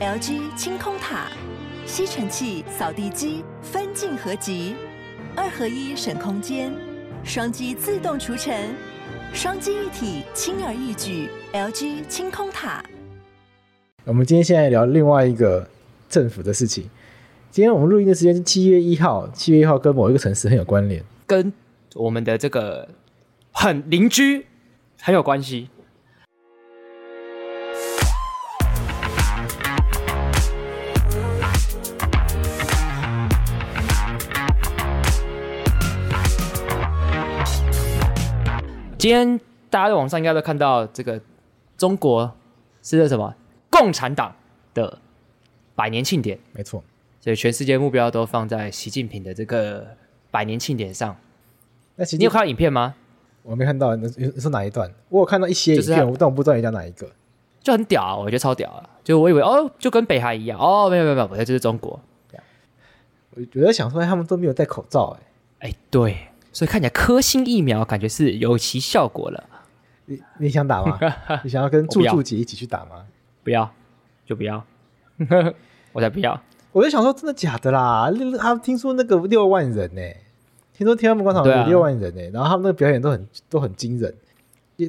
LG 清空塔、吸尘器、扫地机分镜合集，二合一省空间，双击自动除尘，双击一体轻而易举。LG 清空塔。我们今天现在聊另外一个政府的事情。今天我们录音的时间是七月一号，七月一号跟某一个城市很有关联。跟我们的这个很邻居很有关系。今天大家在网上应该都看到这个中国是这什么共产党的百年庆典，没错，所以全世界目标都放在习近平的这个百年庆典上。那其你实有看到影片吗？我没看到，你你是哪一段？我有看到一些影就是片，他我但我不知道你讲哪一个。就很屌啊，我觉得超屌啊！就我以为哦，就跟北韩一样哦，没有没有没有，我觉得这是中国。我我在想说，哎他们都没有戴口罩、哎，哎，对，所以看起来科兴疫苗感觉是有其效果了，你你想打 吗？你想要跟我祝不要祝姐一起去打吗？不要就不要， 我才不要。我就想说，真的假的啦？六他们听说那个六万人呢、听说天安门广场对啊有六万人呢、然后他们那个表演都很都很惊人，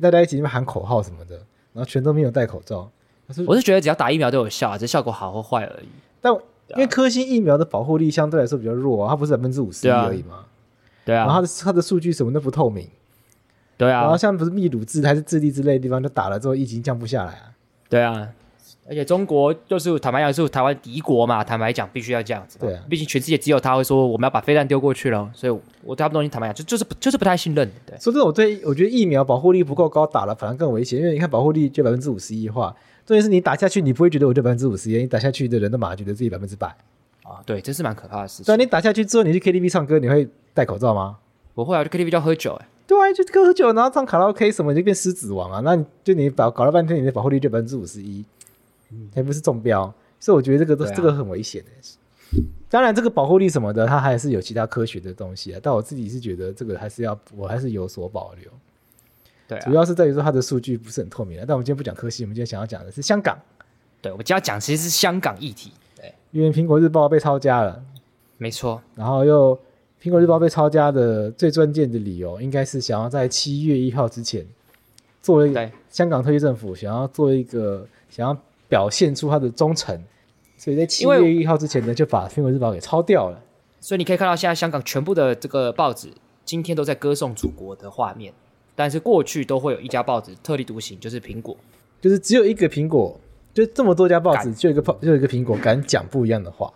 大家一起在那边喊口号什么的，然后全都没有戴口罩。可是我是觉得只要打疫苗都有效啊，只是效果好或坏而已。但啊因为科兴疫苗的保护力相对来说比较弱啊，它不是百分之五十对啊而已嘛，对然后它啊，的它的数据什么都不透明，对然后啊，像不是秘鲁治还是智利之类的地方，就打了之后疫情降不下来啊。对啊。而且中国就是坦白讲，是台湾敌国嘛，坦白讲必须要这样子嘛。对啊毕竟全世界只有他会说我们要把飞弹丢过去了，所以我我对他们东西坦白讲就就是不就是不太信任。对，说真的，我对我觉得疫苗保护力不够高，打了反而更危险，因为你看保护力就百分之五十一的话，重点是你打下去，你不会觉得我就百分之五十一，你打下去的人都马上觉得自己百分之百。啊，对，这是蛮可怕的事所情以。你打下去之后，你去 KTV 唱歌，你会戴口罩吗？不会啊，去 KTV 就喝酒、欸，对啊，就喝酒，然后唱卡拉 OK 什么，你就变狮子王啊！那你就你搞搞了半天，你的保护率就百分之五十一，还不是中标，所以我觉得这个都、对啊这个很危险的。欸当然，这个保护力什么的，它还是有其他科学的东西啊。但我自己是觉得这个还是要，我还是有所保留。对啊主。要是在于说它的数据不是很透明啊。但我们今天不讲科系，我们今天想要讲的是香港，对，我们今天要讲其实是香港议题。对，因为苹果日报被抄家了，没错，然后又苹果日报被抄家的最关键的理由，应该是想要在七月一号之前做一个对香港特区政府想要做一个想要表现出他的忠诚，所以在七因为月一号之前呢，就把苹果日报给抄掉了。所以你可以看到现在香港全部的这个报纸今天都在歌颂祖国的画面，但是过去都会有一家报纸特立独行，就是苹果。就是只有一个苹果，就这么多家报纸，敢就有一个报，就有一个苹果敢讲不一样的话。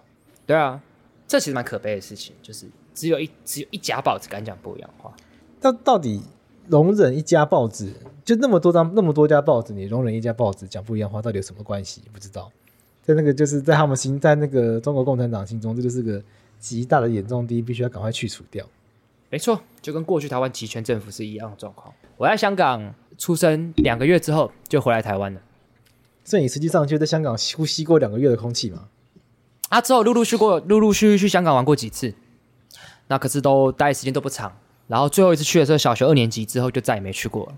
对啊，这其实蛮可悲的事情，就是只有一只有一家报纸敢讲不一样的话。到到底容忍一家报纸，就那么多张那么多家报纸，你容忍一家报纸讲不一样话，到底有什么关系？不知道。在那个就是在他们心，在那个中国共产党心中，这就是个极大的眼中钉，必须要赶快去除掉。没错，就跟过去台湾集权政府是一样的状况。我在香港出生两个月之后就回来台湾了，所以你实际上就在香港呼吸过两个月的空气嘛？啊，之后陆陆续过，陆陆续续去香港玩过几次，那可是都待时间都不长。然后最后一次去的时候，小学二年级之后就再也没去过了。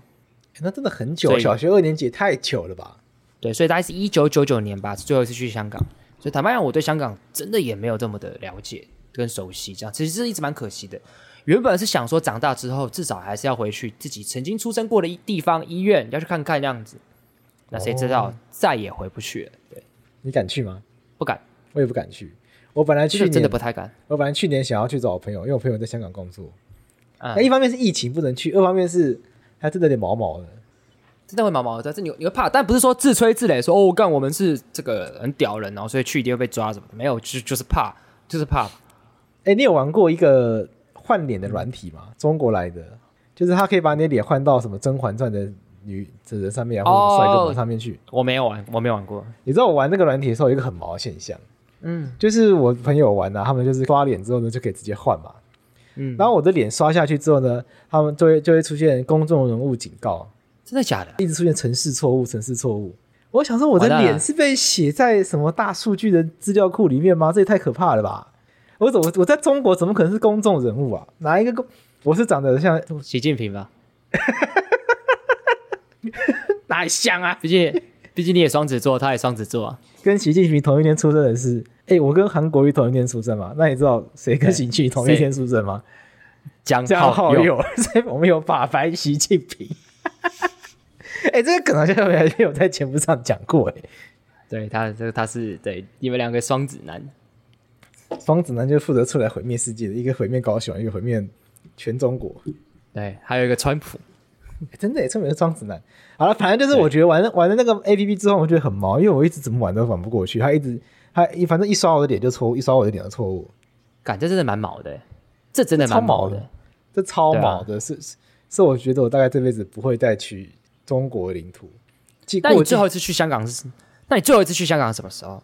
诶那真的很久，对小学二年级也太久了吧？对，所以大概是一九九九年吧，是最后一次去香港。所以坦白讲，我对香港真的也没有这么的了解跟熟悉，这样其实是一直蛮可惜的。原本是想说长大之后至少还是要回去自己曾经出生过的地方医院要去看看这样子，那谁知哦道再也回不去了，对，你敢去吗？不敢，我也不敢去。我本来就去是年真的不太敢。我本来去年想要去找我朋友，因为我朋友在香港工作。嗯那一方面是疫情不能去，二方面是还真的有点毛毛的。真的会毛毛的，这你你会怕，但不是说自吹自擂说哦，干我们是这个很屌人哦，所以去一定会被抓什么的，没有，就就是怕，就是怕。哎、你有玩过一个换脸的软体吗？中国来的，就是它可以把你的脸换到什么《甄嬛传》的女子人上面啊，或者什么帅哥哦们上面去。我没有玩，我没有玩过。你知道我玩那个软体的时候，有一个很毛的现象，嗯就是我朋友玩啊，他们就是刷脸之后呢，就可以直接换嘛。嗯，然后我的脸刷下去之后呢，他们就会就会出现公众人物警告，真的假的？一直出现城市错误，城市错误。我想说，我的完蛋了脸是被写在什么大数据的资料库里面吗？这也太可怕了吧！我怎么我在中国怎么可能是公众人物啊？哪一个公？我是长得像 习近平吧，哪里像啊？毕竟毕竟你也双子座，他也双子座啊。跟习近平同一天出生的是，哎、我跟韩国瑜同一天出生嘛？那你知道谁跟习近平同一天出生吗？江加浩好佑，友，所以我们有法白习近平。 哎、这个可能像我没有在节目上讲过哎、对他这他是对你们两个双子男，双子男就负责出来毁灭世界的，一个毁灭高雄，一个毁灭全中国。对，还有一个川普，欸真的耶，这名是双子男。好了，反正就是我觉得玩玩了那个 A P P 之后，我觉得很毛，因为我一直怎么玩都玩不过去。他一直他一反正一刷我的脸就错误，一刷我的脸就错误，感这真的蛮毛的欸，这真的超蛮毛毛的，这超毛的，是是是我觉得我大概这辈子不会再去中国领土。记那你过最后一次去香港是？那你最后一次去香港是什么时候？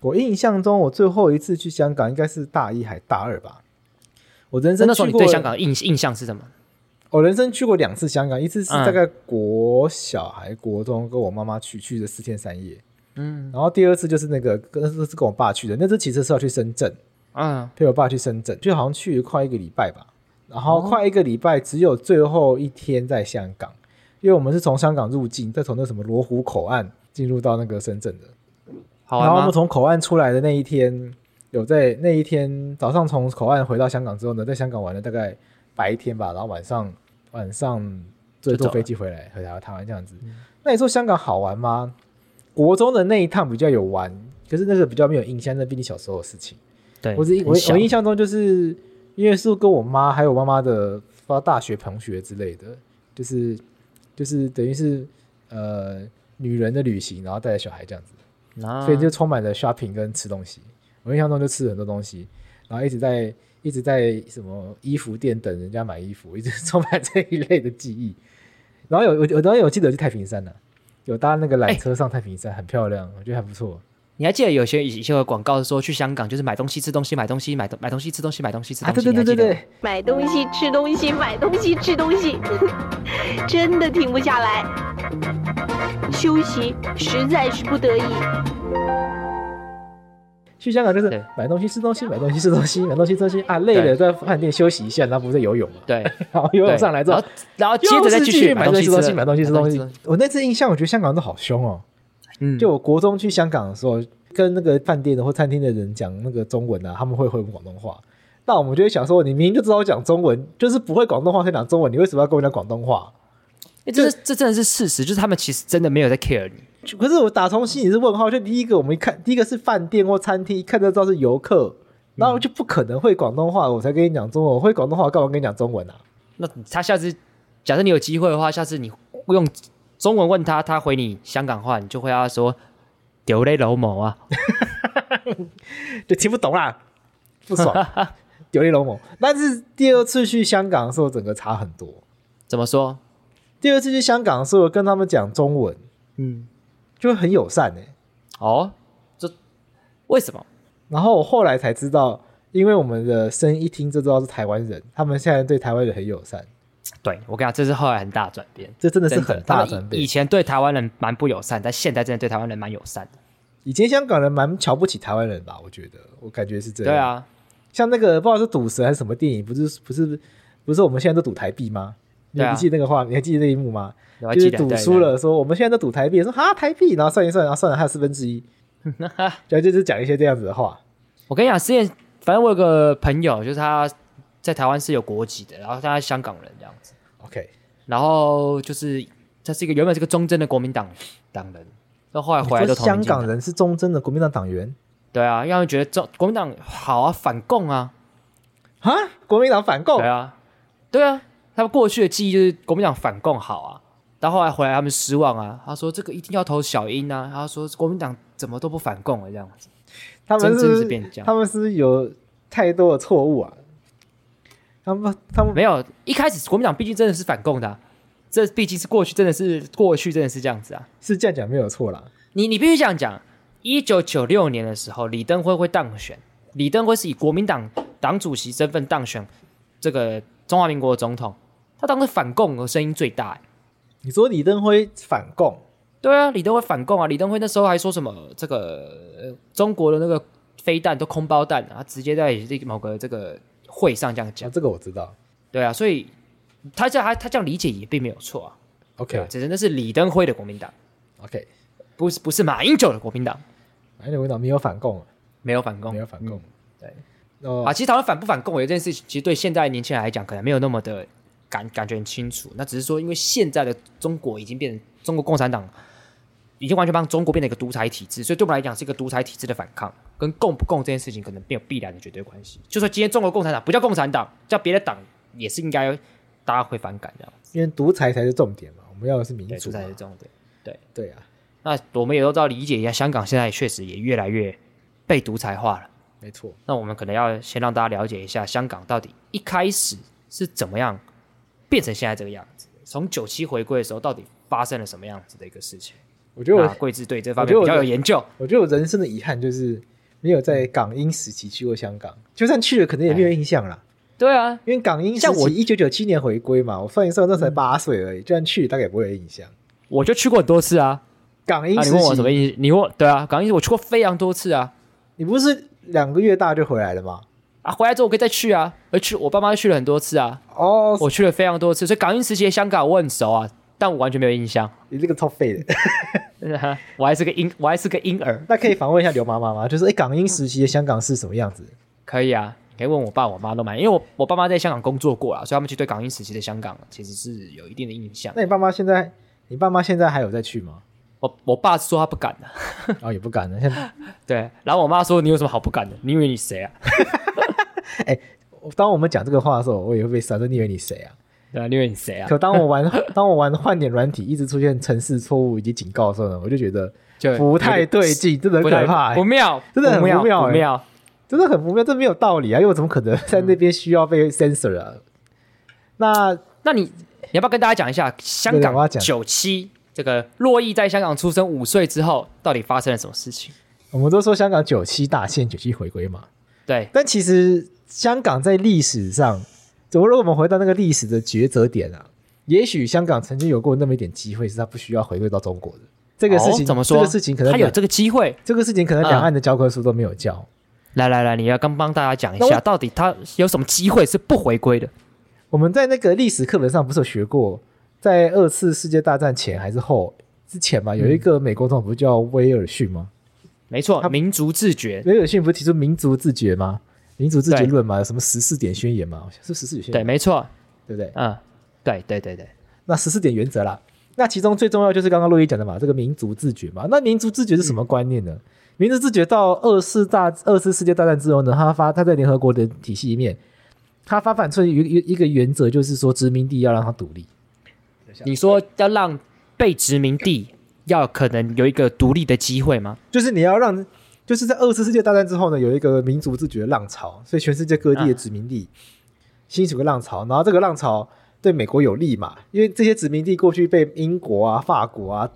我印象中，我最后一次去香港应该是大一还大二吧。我人生那时去候你过，对香港的印印象是什么？我人生去过两次香港，一次是嗯大概国小还国中跟我妈妈去，去了四天三夜。嗯然后第二次就是那个跟那是跟我爸去的，那次其实是要去深圳，嗯，陪我爸去深圳，就好像去快一个礼拜吧。然后哦快一个礼拜，只有最后一天在香港，因为我们是从香港入境，再从那什么罗湖口岸进入到那个深圳的。好然后我玩们吗？从口岸出来的那一天，有在那一天早上从口岸回到香港之后呢，在香港玩了大概白天吧，然后晚上晚上再就走坐了飞机回来回来台湾这样子。嗯那你说香港好玩吗？国中的那一趟比较有玩，可是那个比较没有印象，那毕竟小时候的事情。对，我只我很小我印象中就是因为是跟我妈还有我妈妈的发大学同学之类的，就是就是等于是呃女人的旅行，然后带着小孩这样子。啊所以就充满了 shopping 跟吃东西。我印象中就吃了很多东西，然后一直在一直在什么衣服店等人家买衣服，一直充满这一类的记忆。然后有我我当然有记得有去太平山呢、有搭那个缆车上太平山，很漂亮，我觉得还不错。你还记得有些以前有广告说去香港就是买东西吃东西买东西买东买东西吃东西买东西吃啊，东西，对对对对你还记得吗对，买东西、吃东西、买东西、吃东西， 真的停不下来。休息实在是不得已。去香港就是对买东西吃东西，买东西吃东西，买东西吃东西啊，累了在饭店休息一下，然后不是在游泳嘛，对，然后游泳对上来之后然。然后接着再又是继继续买东东西西吃东西，买东西吃东西买东西。我那次印象，我觉得香港人都好凶哦。嗯，就我国中去香港的时候，跟那个饭店的或餐厅的人讲那个中文啊，他们会回我们广东话。那我们就会想说，你明明就知道我讲中文，就是不会广东话才讲中文，你为什么要跟我讲广东话？欸这是这真的是事实，就是他们其实真的没有在 care 你。就可是我打从心里是问号，就第一个我们一看，第一个是饭店或餐厅，一看就知道是游客，然后就不可能会广东话，我才跟你讲中文。我会广东话，我干嘛跟你讲中文啊？那他下次假设你有机会的话，下次你用中文问他，他回你香港话，你就会要说“丢嘞老某啊就听不懂啦，不爽，有点龙某。但是第二次去香港的时候，整个差很多。”，怎么说？第二次去香港的时候，跟他们讲中文，嗯，就很友善哎、哦，这为什么？然后我后来才知道，因为我们的声音一听就知道是台湾人，他们现在对台湾人很友善，对我跟你讲，这是后来很大转变，这真的是真的很大他转们以以变。前对台湾人蛮不友善，但现在真的对台湾人蛮友善的。以前香港人蛮瞧不起台湾人吧，我觉得，我感觉是这样。对，啊，像那个不知道是赌神还是什么电影，不是不是不是我们现在都赌台币吗？你对啊还记得那个话？你还记得那一幕吗？我还就记是得赌输，了，说我们现在都赌台币，说哈台币，然后算一算，然后算了还有四分之 一，对对对然后就是讲一些这样子的话。我跟你讲，之前反正我有个朋友，就是他在台湾是有国籍的，然后他是香港人这样子。 OK，然后就是他是一个原本是个忠贞的国民党党人，那后来回来都说投民香进港党。人是忠贞的国民党党员对啊，让人觉得中国民党好啊，反共啊，啊，国民党反共对啊，对啊，他们过去的记忆就是国民党反共好啊，但后来回来他们失望啊，他说这个一定要投小英啊，他说国民党怎么都不反共了这样子，他们是不真真是是变这样他们是不是有太多的错误啊？他们他们没有一开始国民党毕竟真的是反共的啊、这毕竟是过去真的是过去真的是这样子啊，是这样讲没有错啦。你你必须这样讲，一九九六年的时候，李登辉会当选，李登辉是以国民党党主席身份当选这个中华民国的总统，他当时反共的声音最大、欸你说李登辉反共，对啊，李登辉反共啊！李登辉那时候还说什么这个、呃中国的那个飞弹都空包弹啊，他直接在某个这个会上这样啊讲。这个我知道。对啊，所以他这样他他这样理解也并没有错啊。 OK 只是那是李登辉的国民党， OK，哎不是不是马英九的国民党反正国民党没有反共啊，没有反共没，有反共。哦嗯对哦啊，，其实讨论反不反共有一件事，其实对现在年轻人来讲，可能没有那么的感感觉很清楚。那只是说，因为现在的中国已经变成中国共产党，已经完全帮中国变成一个独裁体制，所以对我们来讲是一个独裁体制的反抗，跟共不共这件事情可能没有必然的绝对关系。就说今天中国共产党不叫共产党，叫别的党也是应该大家会反感这样子。因为独裁才是重点嘛，我们要的是民对，主这嘛才是重点。对啊，那我们也都知道理解一下，香港现在确实也越来越被独裁化了。没错。那我们可能要先让大家了解一下香港到底一开始是怎么样变成现在这个样子的，从九七回归的时候到底发生了什么样子的一个事情。我觉得那我，桂枝对这方我觉得面我比较有研究，我觉得我人生的遗憾就是没有在港英时期去过香港，就算去了，可能也没有印象啦。对啊，因为港英时像我嗯期一九九七年回归嘛，我算一算那时候才八岁而已，就算去了大概也不会有印象。我就去过很多次啊。港英啊，时你期，问我什么意思？你问我对啊，港英我去过非常多次啊。你不是两个月大就回来了吗？啊，回来之后我可以再去啊，而去我爸妈去了很多次啊，哦，我去了非常多次，所以港英时期的香港我很熟啊，但我完全没有印象， 你这个超废的。我还是个婴，我还是个婴儿，那可以访问一下刘妈妈吗？就是哎、诶港英时期的香港是什么样子？可以啊，你可以问我爸我妈都蛮，因为我我爸妈在香港工作过啊，所以他们其实对港英时期的香港啊其实是有一定的印象。那你爸妈现在，你爸妈现在还有再去 吗？我我爸说他不敢的、哦，也不敢了。现在， 对，然后我妈说你有什么好不敢的？你以为你谁啊？当我们讲这个话的时候，我也会被删说你以为你谁啊？对啊，你以为你谁啊？可当我 玩当我玩换脸软体，一直出现城市错误以及警告的时候呢，我就觉得就不太对劲，真的很不可太怕、不欸，妙，真的很不妙，不妙不欸妙。真的很不妙，这没有道理啊！因为我怎么可能在那边需要嗯被 censor 啊？那那你你要不要跟大家讲一下香对对我要港讲九七这个洛邑在香港出生五岁之后到底发生了什么事情？我们都说香港九七大限，九七回归嘛，对，但其实香港在历史上，怎么如果我们回到那个历史的抉择点啊，也许香港曾经有过那么一点机会，是它不需要回归到中国的。这个事情、哦怎么说？这个事情可能他有这个啊机会。这个事情可能两岸的教科书都没有教。来来来，你要刚帮大家讲一那我下，到底他有什么机会是不回归的？我们在那个历史课本上不是有学过，在二次世界大战前还是后之前嗯嘛，有一个美国总统不叫威尔逊吗？没错，他民族自觉，威尔逊不是提出民族自觉吗？民族自觉对论嘛，有什么十四点宣言嘛？是十四点宣对，言，没错，对不对？嗯，对对对对，那十四点原则啦。那其中最重要就是刚刚洛伊讲的嘛，这个民族自觉嘛。那民族自觉是什么观念呢？民族自觉到二次大二次世界大战之后呢，他发他在联合国的体系里面，他发反出一个一个原则，就是说殖民地要让它独立。你说要让被殖民地要可能有一个独立的机会吗？就是你要让，就是在二次世界大战之后呢，有一个民族自觉的浪潮，所以全世界各地的殖民地兴起个浪潮，然后这个浪潮对美国有利嘛，因为这些殖民地过去被英国啊、法国啊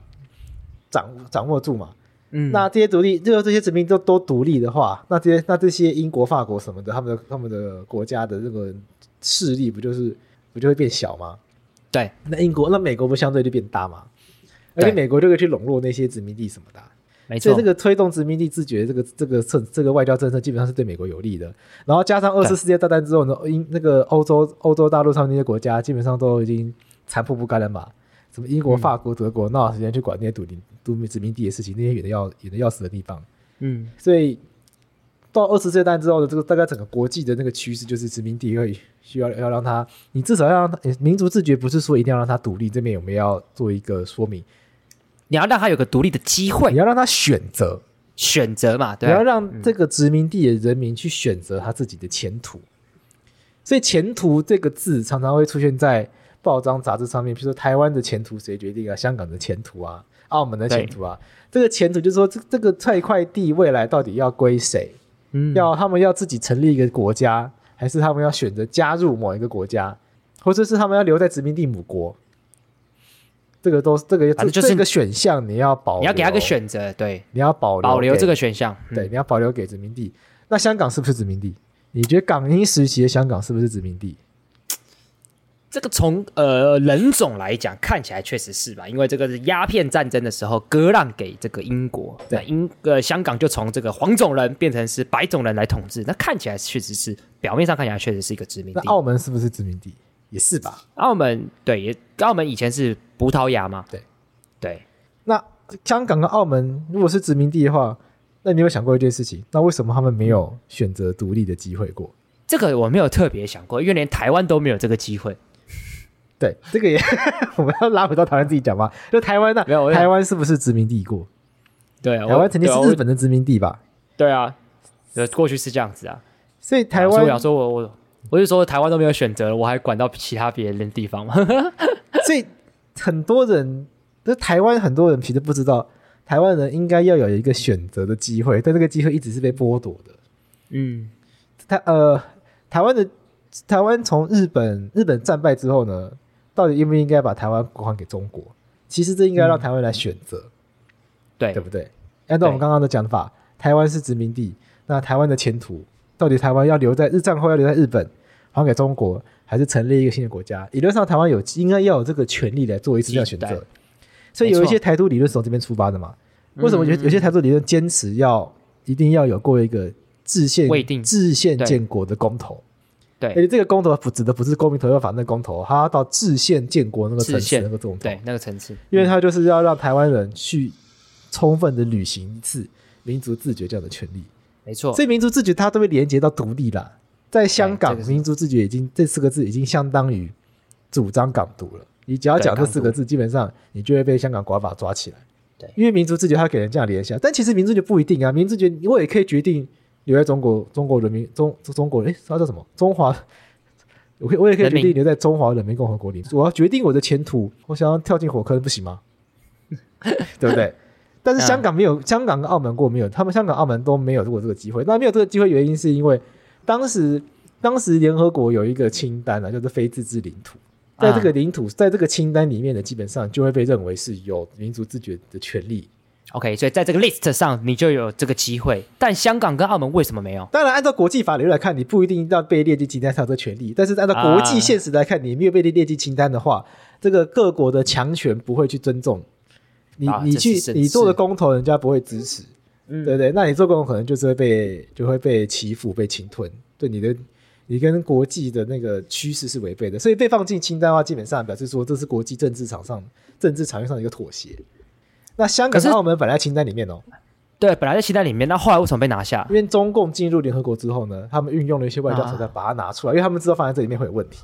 掌掌握住嘛，嗯，那这些独立，就是这些殖民都都独立的话，那这些那这些英国、法国什么的，他们的他们的国家的这个势力不就是不就会变小吗？对，那英国那美国不相对就变大吗？而且对美国就可以去笼络那些殖民地什么的啊、没所错，以这个推动殖民地自觉这个这个政这个外交政策基本上是对美国有利的。然后加上二次世界大战之后呢，英那个欧洲欧洲大陆上那些国家基本上都已经残破不堪了嘛，什么英嗯国、法国、德国，哪有时间去管那些独立独民殖民地的事情？那些远的要远的要死的地方。嗯，所以到二次世界大战之后的这个大概整个国际的那个趋势就是殖民地会需要要让它，你至少要让它民族自觉，不是说一定要让它独立。这边有没有要做一个说明？你要让他有个独立的机会你要让它选择。选择嘛，对你要啊，让这个殖民地的人民去选择他自己的前途。所以“前途”这个字常常会出现在报章杂志上面，比如说台湾的前途谁决定啊，香港的前途啊，澳门的前途啊。这个前途就是说，这这个这一块地未来到底要归谁？嗯要他们要自己成立一个国家，还是他们要选择加入某一个国家，或者是他们要留在殖民地母国？这个都这个反正就是这个选项你要保，你要给他个，选择，对，你要保留保留给这个选项，嗯对，，你要保留给殖民地。那香港是不是殖民地？你觉得港英时期的香港是不是殖民地？这个从呃人种来讲，看起来确实是吧？因为这个是鸦片战争的时候割让给这个英国，对那英呃香港就从这个黄种人变成是白种人来统治，那看起来确实是表面上看起来确实是一个殖民那地。澳门是不是殖民地？也是吧。澳门对，也澳门以前是葡萄牙嘛，对对，那香港跟澳门如果是殖民地的话，那你有没有想过一件事情？那为什么他们没有选择独立的机会过？这个我没有特别想过，因为连台湾都没有这个机会。对，这个也 我们要拉回到台湾自己讲吧。就台湾那没有我想呃台湾是不是殖民地过？对，啊台湾曾经是日本的殖民地吧？对啊，呃，过去是这样子啊。所以台所以我湾想，说我我我是说台湾都没有选择了，我还管到其他别人的地方吗？所以很多人，就台湾很多人其实不知道，台湾人应该要有一个选择的机会，但这个机会一直是被剥夺的。嗯，台呃，台湾的台湾从日本日本战败之后呢，到底应不应该把台湾归还给中国？其实这应嗯该让台湾来选择， 对对不对？按照我们对刚刚的讲法，台湾是殖民地，那台湾的前途到底台湾要留在日战后要留在日本，还给中国，还是成立一个新的国家？理论上，台湾有应该要有这个权利来做一次这样的选期择待。所以有一些没错台独理论是从这边出发的嘛？为什么有嗯有些台独理论坚持要一定要有过一个制宪未定制宪对建国的公投？对而且这个公投不指的不是公民投票法那个公投，它要到制宪建国那个层制次宪那个总统，对那个层次，嗯因为它就是要让台湾人去充分的履行一次民族自觉这样的权利。没错哎所，以民族自觉它都会连接到独立啦。在香港对这个，是民族自觉已经这四个字已经相当于主张港独了。你只要讲这四个字，基本上你就会被香港国安法抓起来。对因为民族自觉它给人这样联想，但其实民族自觉不一定啊。民族自觉我也可以决定留在中国，中国人民中中国人，诶，它叫什么？中华。我可以我也可以人决民定留在中华人民共和国里，我要决定我的前途，我想要跳进火坑，不行 吗？对不对？但是香港没有，香港跟澳门过没有，他们香港、澳门都没有过这个机会。那没有这个机会，原因是因为当时当时联合国有一个清单啊，就是非自治领土，在这个领土，在这个清单里面的，基本上就会被认为是有民族自觉的权利。 OK，所以在这个 list 上你就有这个机会，但香港跟澳门为什么没有？当然，按照国际法律来看，你不一定要被列进清单上的权利，但是按照国际现实来看，你没有被列进清单的话，这个各国的强权不会去尊重你，啊你这是嗯去是你做的公投，人家不会支持，对不对？那你做公投可能就是会被就会被欺负、被侵吞，对你的你跟国际的那个趋势是违背的，所以被放进清单的话，基本上表示说这是国际政治场上政治场面上的一个妥协。那香港、可是澳门本来在清单里面哦，对，本来在期待里面，那后来为什么被拿下因？为中共进入联合国之后呢，他们运用了一些外啊交手段把它拿出来，因为他们知道放在这里面会有问题。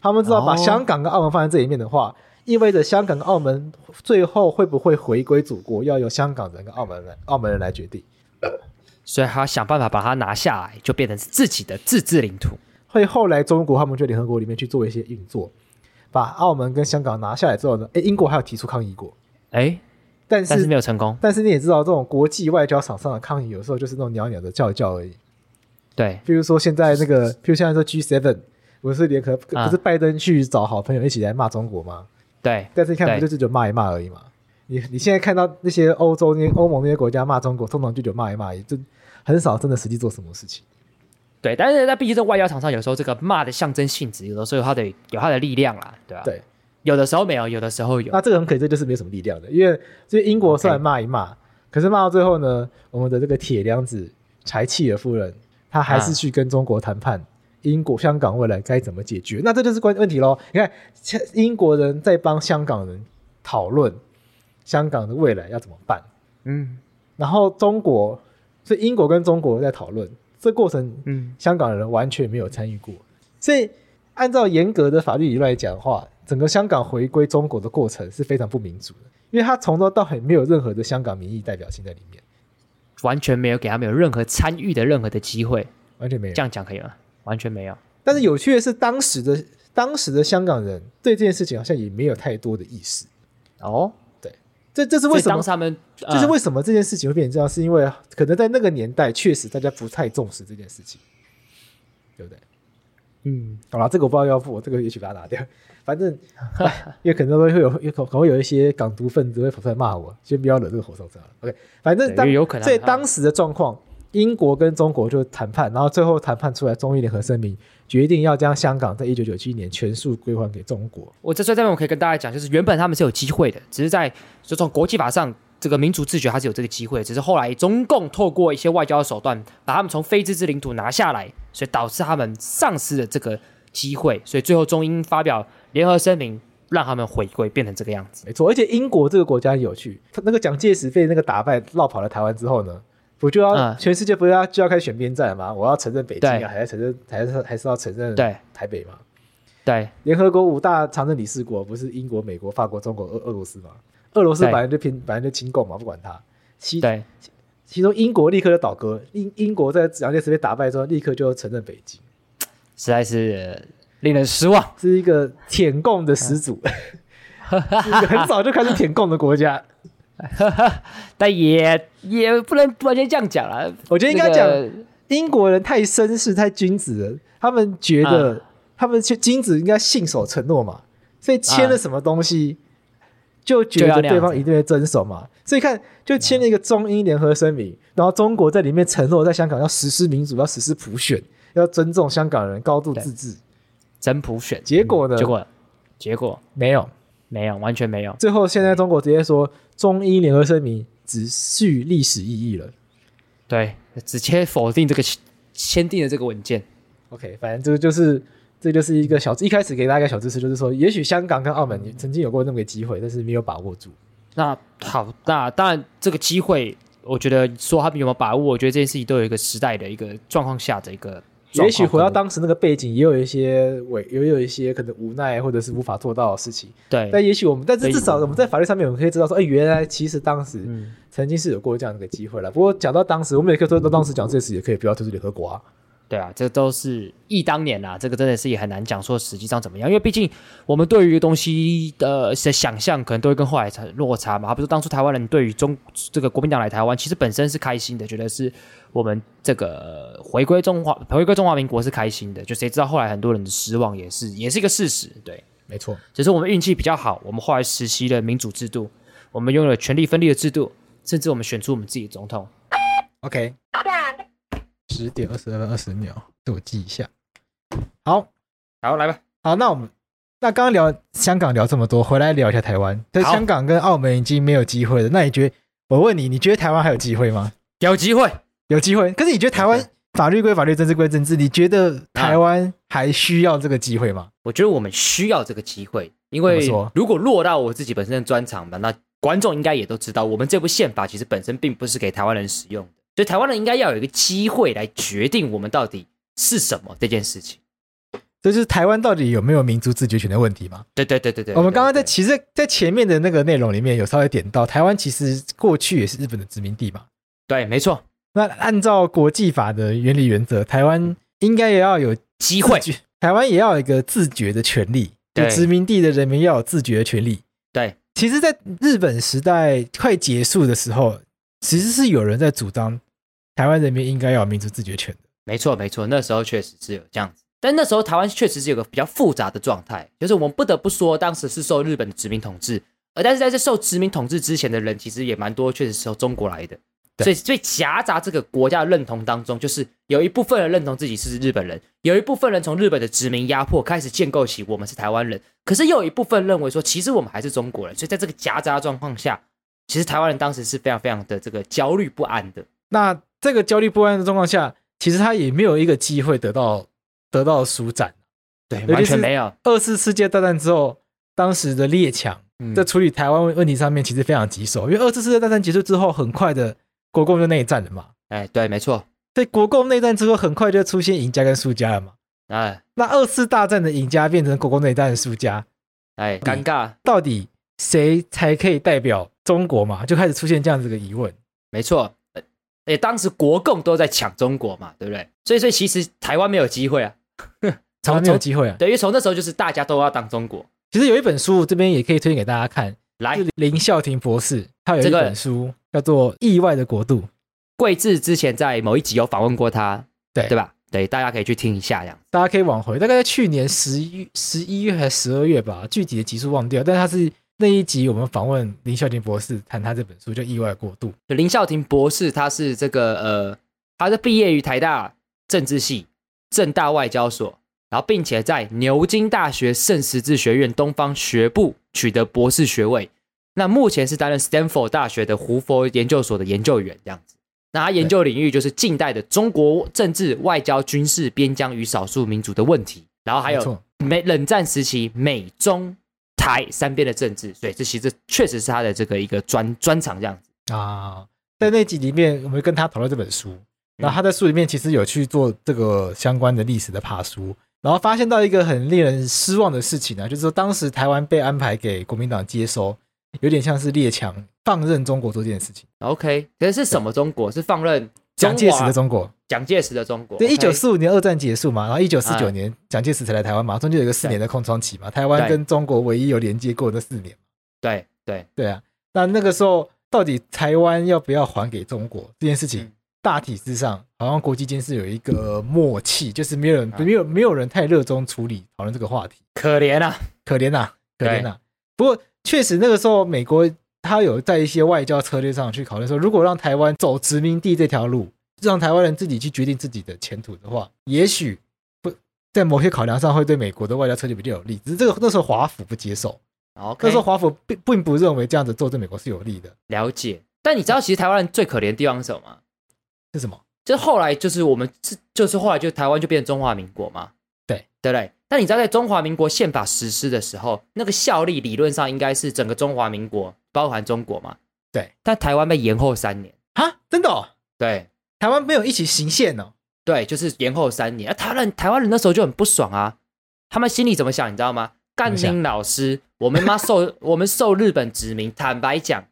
他们知道把哦香港跟澳门放在这里面的话，意味着香港跟澳门最后会不会回归祖国，要由香港人跟澳门人、澳门人来决定。所以他想办法把它拿下来，就变成是自己的自治领土。会后来中国他们去联合国里面去做一些运作，把澳门跟香港拿下来之后呢，诶，英国还有提出抗议过，哎，但但是是没有成功。但是你也知道，这种国际外交场上的抗议有时候就是那种袅袅的叫一叫而已。对，譬如说现在那 个，譬如现在说 G seven，不是联合，啊不是拜登去找好朋友一起来骂中国吗？对，但是你看，对不就是就骂一骂而已嘛？你你现在看到那些欧洲、那些欧盟那些国家骂中国，通常就就骂一骂，也就很少真的实际做什么事情。对，但是在毕竟这外交场上，有时候这个骂的象征性质，有的时候有它的有它的力量啦，对吧、对，啊有的时候没有，有的时候有。那这个很可惜，这就是没什么力量的，因为所以英国虽然骂一骂，可是骂到最后呢，我们的这个铁娘子柴契尔夫人，她还是去跟中国谈判。英国、香港未来该怎么解决？那这就是关问题喽。你看，现英国人在帮香港人讨论香港的未来要怎么办，嗯然后中国，所以英国跟中国在讨论，这过程嗯，香港人完全没有参与过。所以，按照严格的法律理论来讲的话，整个香港回归中国的过程是非常不民主的，因为它从头到尾没有任何的香港民意代表性在里面，完全没有给他们有任何参与的任何的机会。完全没有这。样讲可以吗？完全没有。但是有趣的是，当时的当时的香港人对这件事情好像也没有太多的意识。哦，这这是所为以什当么时？他们呃这是为什么这件事情会变成这样？是因为可能在那个年代，确实大家不太重视这件事情，对不对？嗯，好啦，这个我不知道要不我这个也许把它拿掉，反 正哎因为可能会有，有可可能会有一些港独分子会跑出来骂我，先不要惹这个火烧这样。OK，反正对当有可能在他当时的状况，英国跟中国就谈判，然后最后谈判出来中英联合声明，决定要将香港在一九九七年全数归还给中国。我在这边我可以跟大家讲，就是原本他们是有机会的，只是在就从国际法上，这个民族自觉还是有这个机会，只是后来中共透过一些外交手段，把他们从非自治领土拿下来，所以导致他们丧失了这个机会，所以最后中英发表联合声明，让他们回归变成这个样子。没错，而且英国这个国家很有趣，他那个蒋介石被那个打败，绕跑了台湾之后呢，不就要、嗯全世界不是要就要开始选边站吗？我要承认北京对啊，还要承认，还是还是要承认对台北嘛？对，联合国五大常任理事国不是英国、美国、法国、中国、俄俄罗斯吗？俄罗斯对本来就偏，本来就亲共嘛，不管他。其对，其中英国立刻就倒戈，英英国在蒋介石被打败之后，立刻就承认北京，实在是令人失望。是一个舔共的始 祖，是一个很早就开始舔共的国家。但也也不能完全这样讲了。我觉得应该讲那个英国人太绅士、太君子了，他们觉得、啊他们去君子应该信守承诺嘛，所以签了什么东西、就觉得对方一定会遵守嘛。所以看，就签了一个中英联合声明，然后中国在里面承诺在香港要实施民主、要实施普选、要尊重香港人高度自治。真普选，结果呢结果结果没有，没有，完全没有。最后现在中国直接说中英联合声明只具历史意义了。对，直接否定这个签签订的这个文件。 OK，反正这个就是这就是一个小一开始给大家一个小知识，就是说，也许香港跟澳门曾经有过那么个机会，但是没有把握住。那好，那当然这个机会，我觉得说他们有没有把握，我觉得这件事情都有一个时代的一个状况下的一个状况。也许回到当时那个背景，也有一些委，也有一些可能无奈或者是无法做到的事情。对但也许我们，但是对至少我们在法律上面，我们可以知道说，哎、原来其实当时嗯曾经是有过这样的一个机会了。不过讲到当时，我们也可以说，当时讲这事也可以不要退出联合国啊。对啊，这都是忆当年啊啦、这个真的是也很难讲说实际上怎么样，因为毕竟我们对于一个东西的的想象可能都会跟后来产落差嘛。好比说当初台湾人对于中这个国民党来台湾，其实本身是开心的，觉得是我们这个呃回归中华回归中华民国是开心的，就谁知道后来很多人的失望也是也是一个事实，对。没错，只是我们运气比较好，我们后来实施了民主制度，我们拥有了权力分立的制度，甚至我们选出我们自己的总统。 OK，十点二十二分二十秒，这我记一下。好，好，来吧，好，那我们那刚刚聊香港聊这么多，回来聊一下台湾。但好香港跟澳门已经没有机会了，那你觉得？我问你，你觉得台湾还有机会吗？有机会。有机会，可是你觉得台湾法律归法律，政治归政治，你觉得啊台湾还需要这个机会吗？我觉得我们需要这个机会，因怎为么说如果落到我自己本身的专长嘛，那观众应该也都知道，我们这部宪法其实本身并不是给台湾人使用的，所以台湾人应该要有一个机会来决定我们到底是什么这件事情。这就是台湾到底有没有民族自决权的问题吗？对对对对对，我们刚刚在对对其实，在前面的那个内容里面有稍微点到，台湾其实过去也是日本的殖民地嘛。对，没错，那按照国际法的原理原则，台湾应该也要有机会自觉台湾也要有一个自觉的权利，就对殖民地的人民要有自觉的权利。对，其实，在日本时代快结束的时候，其实是有人在主张台湾人民应该要有民族自觉权的。没错，没错，那时候确实是有这样子，但那时候台湾确实是有个比较复杂的状态，就是我们不得不说，当时是受日本的殖民统治，而但是在这受殖民统治之前的人，其实也蛮多，确实是从中国来的，对所以所以夹杂这个国家的认同当中，就是有一部分人认同自己是日本人，有一部分人从日本的殖民压迫开始建构起我们是台湾人，可是又有一部分认为说，其实我们还是中国人，所以在这个夹杂的状况下，其实台湾人当时是非常非常的这个焦虑不安的。那这个焦虑不安的状况下，其实他也没有一个机会得到得到舒展。对，尤完其是全没有。二次世界大战之后，当时的列强嗯在处理台湾问题上面其实非常棘手，因为二次世界大战结束之后，很快的国共就内战了嘛。哎，对，没错，在国共内战之后，很快就出现赢家跟输家了嘛。哎，那二次大战的赢家变成国共内战的输家，哎，尴尬，到底谁才可以代表中国嘛？就开始出现这样子的疑问。没错。呃哎，当时国共都在抢中国嘛，对不对？所以，所以其实台湾没有机会啊。台湾没有机会啊！对，因为从那时候就是大家都要当中国。其实有一本书，这边也可以推荐给大家看，来是，林孝廷博士，他有一这个本书叫做《意外的国度》，桂志之前在某一集有访问过他，对对吧？对，大家可以去听一下，这样。大家可以往回，大概在去年十一十一月还是十二月吧，具体的集数忘掉，但是他是那一集我们访问林孝廷博士，谈他这本书叫《意外的国度》。就林孝廷博士，他是这个呃，他是毕业于台大政治系、政大外交所，然后并且在牛津大学圣十字学院东方学部取得博士学位。那目前是担任 Stanford 大学的胡佛研究所的研究员，这样子。那他研究领域就是近代的中国政治、外交、军事、边疆与少数民族的问题，然后还没有错美冷战时期美中台三边的政治，所以这其实确实是他的这个一个专专长这样子。啊，在那集里面，我们跟他讨论这本书，然后他在书里面其实有去做这个相关的历史的爬书，然后发现到一个很令人失望的事情呢、啊，就是说当时台湾被安排给国民党接收，有点像是列强放任中国做这件事情， OK，可是是什么中国？是放任蒋介石的中中国。华蒋介石的中国。对，一九 OK 嗯四五年二战结束嘛，然后一九四九年蒋介石才来台湾嘛，中间有一个四年的空窗期嘛，台湾对跟中国唯一有连接过的四年。对对，对啊，那那个时候到底台湾要不要还给中国这件事情，嗯大体之上好像国际间是有一个默契，就是没有人、啊没有没有人太热衷处理讨论这个话题，可怜啊，可怜呐、可对怜呐、啊不过确实那个时候美国他有在一些外交策略上去考虑说，如果让台湾走殖民地这条路，让台湾人自己去决定自己的前途的话，也许不在某些考量上会对美国的外交策略比较有利，只是这个那时候华府不接受。 OK，那时候华府并并不认为这样子做对美国是有利的，了解。但你知道，其实台湾人最可怜的地方是什么吗？是什么？就是后来就是我们是就是后来就台湾就变成中华民国嘛，对对不对？但你知道，在中华民国宪法实施的时候，那个效力理论上应该是整个中华民国包含中国嘛，对。但台湾被延后三年，啊，真的、哦，对台湾没有一起行宪哦。对，就是延后三年。啊，台湾人台湾人那时候就很不爽啊，他们心里怎么想，你知道吗？干么想林老师，我们妈受 我们受日本殖民，坦白讲，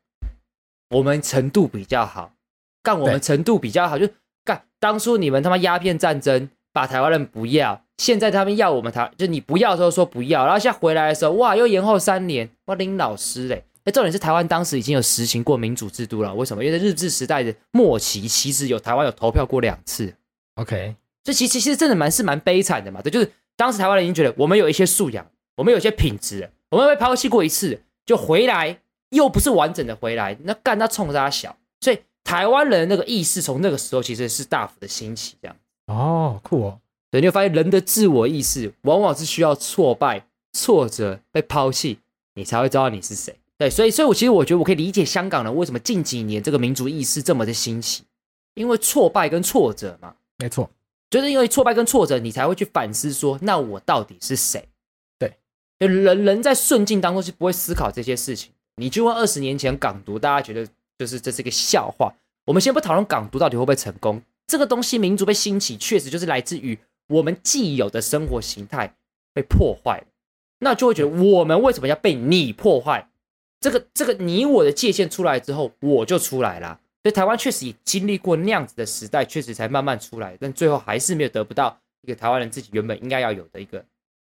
我们程度比较好，干我们对程度比较好，就干当初你们他妈鸦片战争把台湾人不要，现在他们要我们台，就你不要的时候说不要，然后现在回来的时候，哇，又延后三年，哇，林老师嘞。哎，重点是台湾当时已经有实行过民主制度了，为什么？因为在日治时代的末期，其实有台湾有投票过两次， OK，这其其实真的蛮是蛮悲惨的嘛。对，就是当时台湾人已经觉得我们有一些素养，我们有一些品质了，我们被抛弃过一次，就回来又不是完整的回来，那干他冲他小，所以台湾人那个意识从那个时候其实是大幅的兴起，这样。哦，酷哦，对，你会发现人的自我意识往往是需要挫败、挫折、被抛弃，你才会知道你是谁。对，所以，所以我其实我觉得我可以理解香港人为什么近几年这个民族意识这么的兴起，因为挫败跟挫折嘛。没错，就是因为挫败跟挫折，你才会去反思说，那我到底是谁？对，就人人在顺境当中是不会思考这些事情。你去问二十年前港独，大家觉得就是这是一个笑话。我们先不讨论港独到底会不会成功，这个东西民族被兴起，确实就是来自于我们既有的生活形态被破坏了，那就会觉得我们为什么要被你破坏？这个这个你我的界限出来之后，我就出来啦。所以台湾确实也经历过那样子的时代，确实才慢慢出来，但最后还是没有得不到一个台湾人自己原本应该要有的一个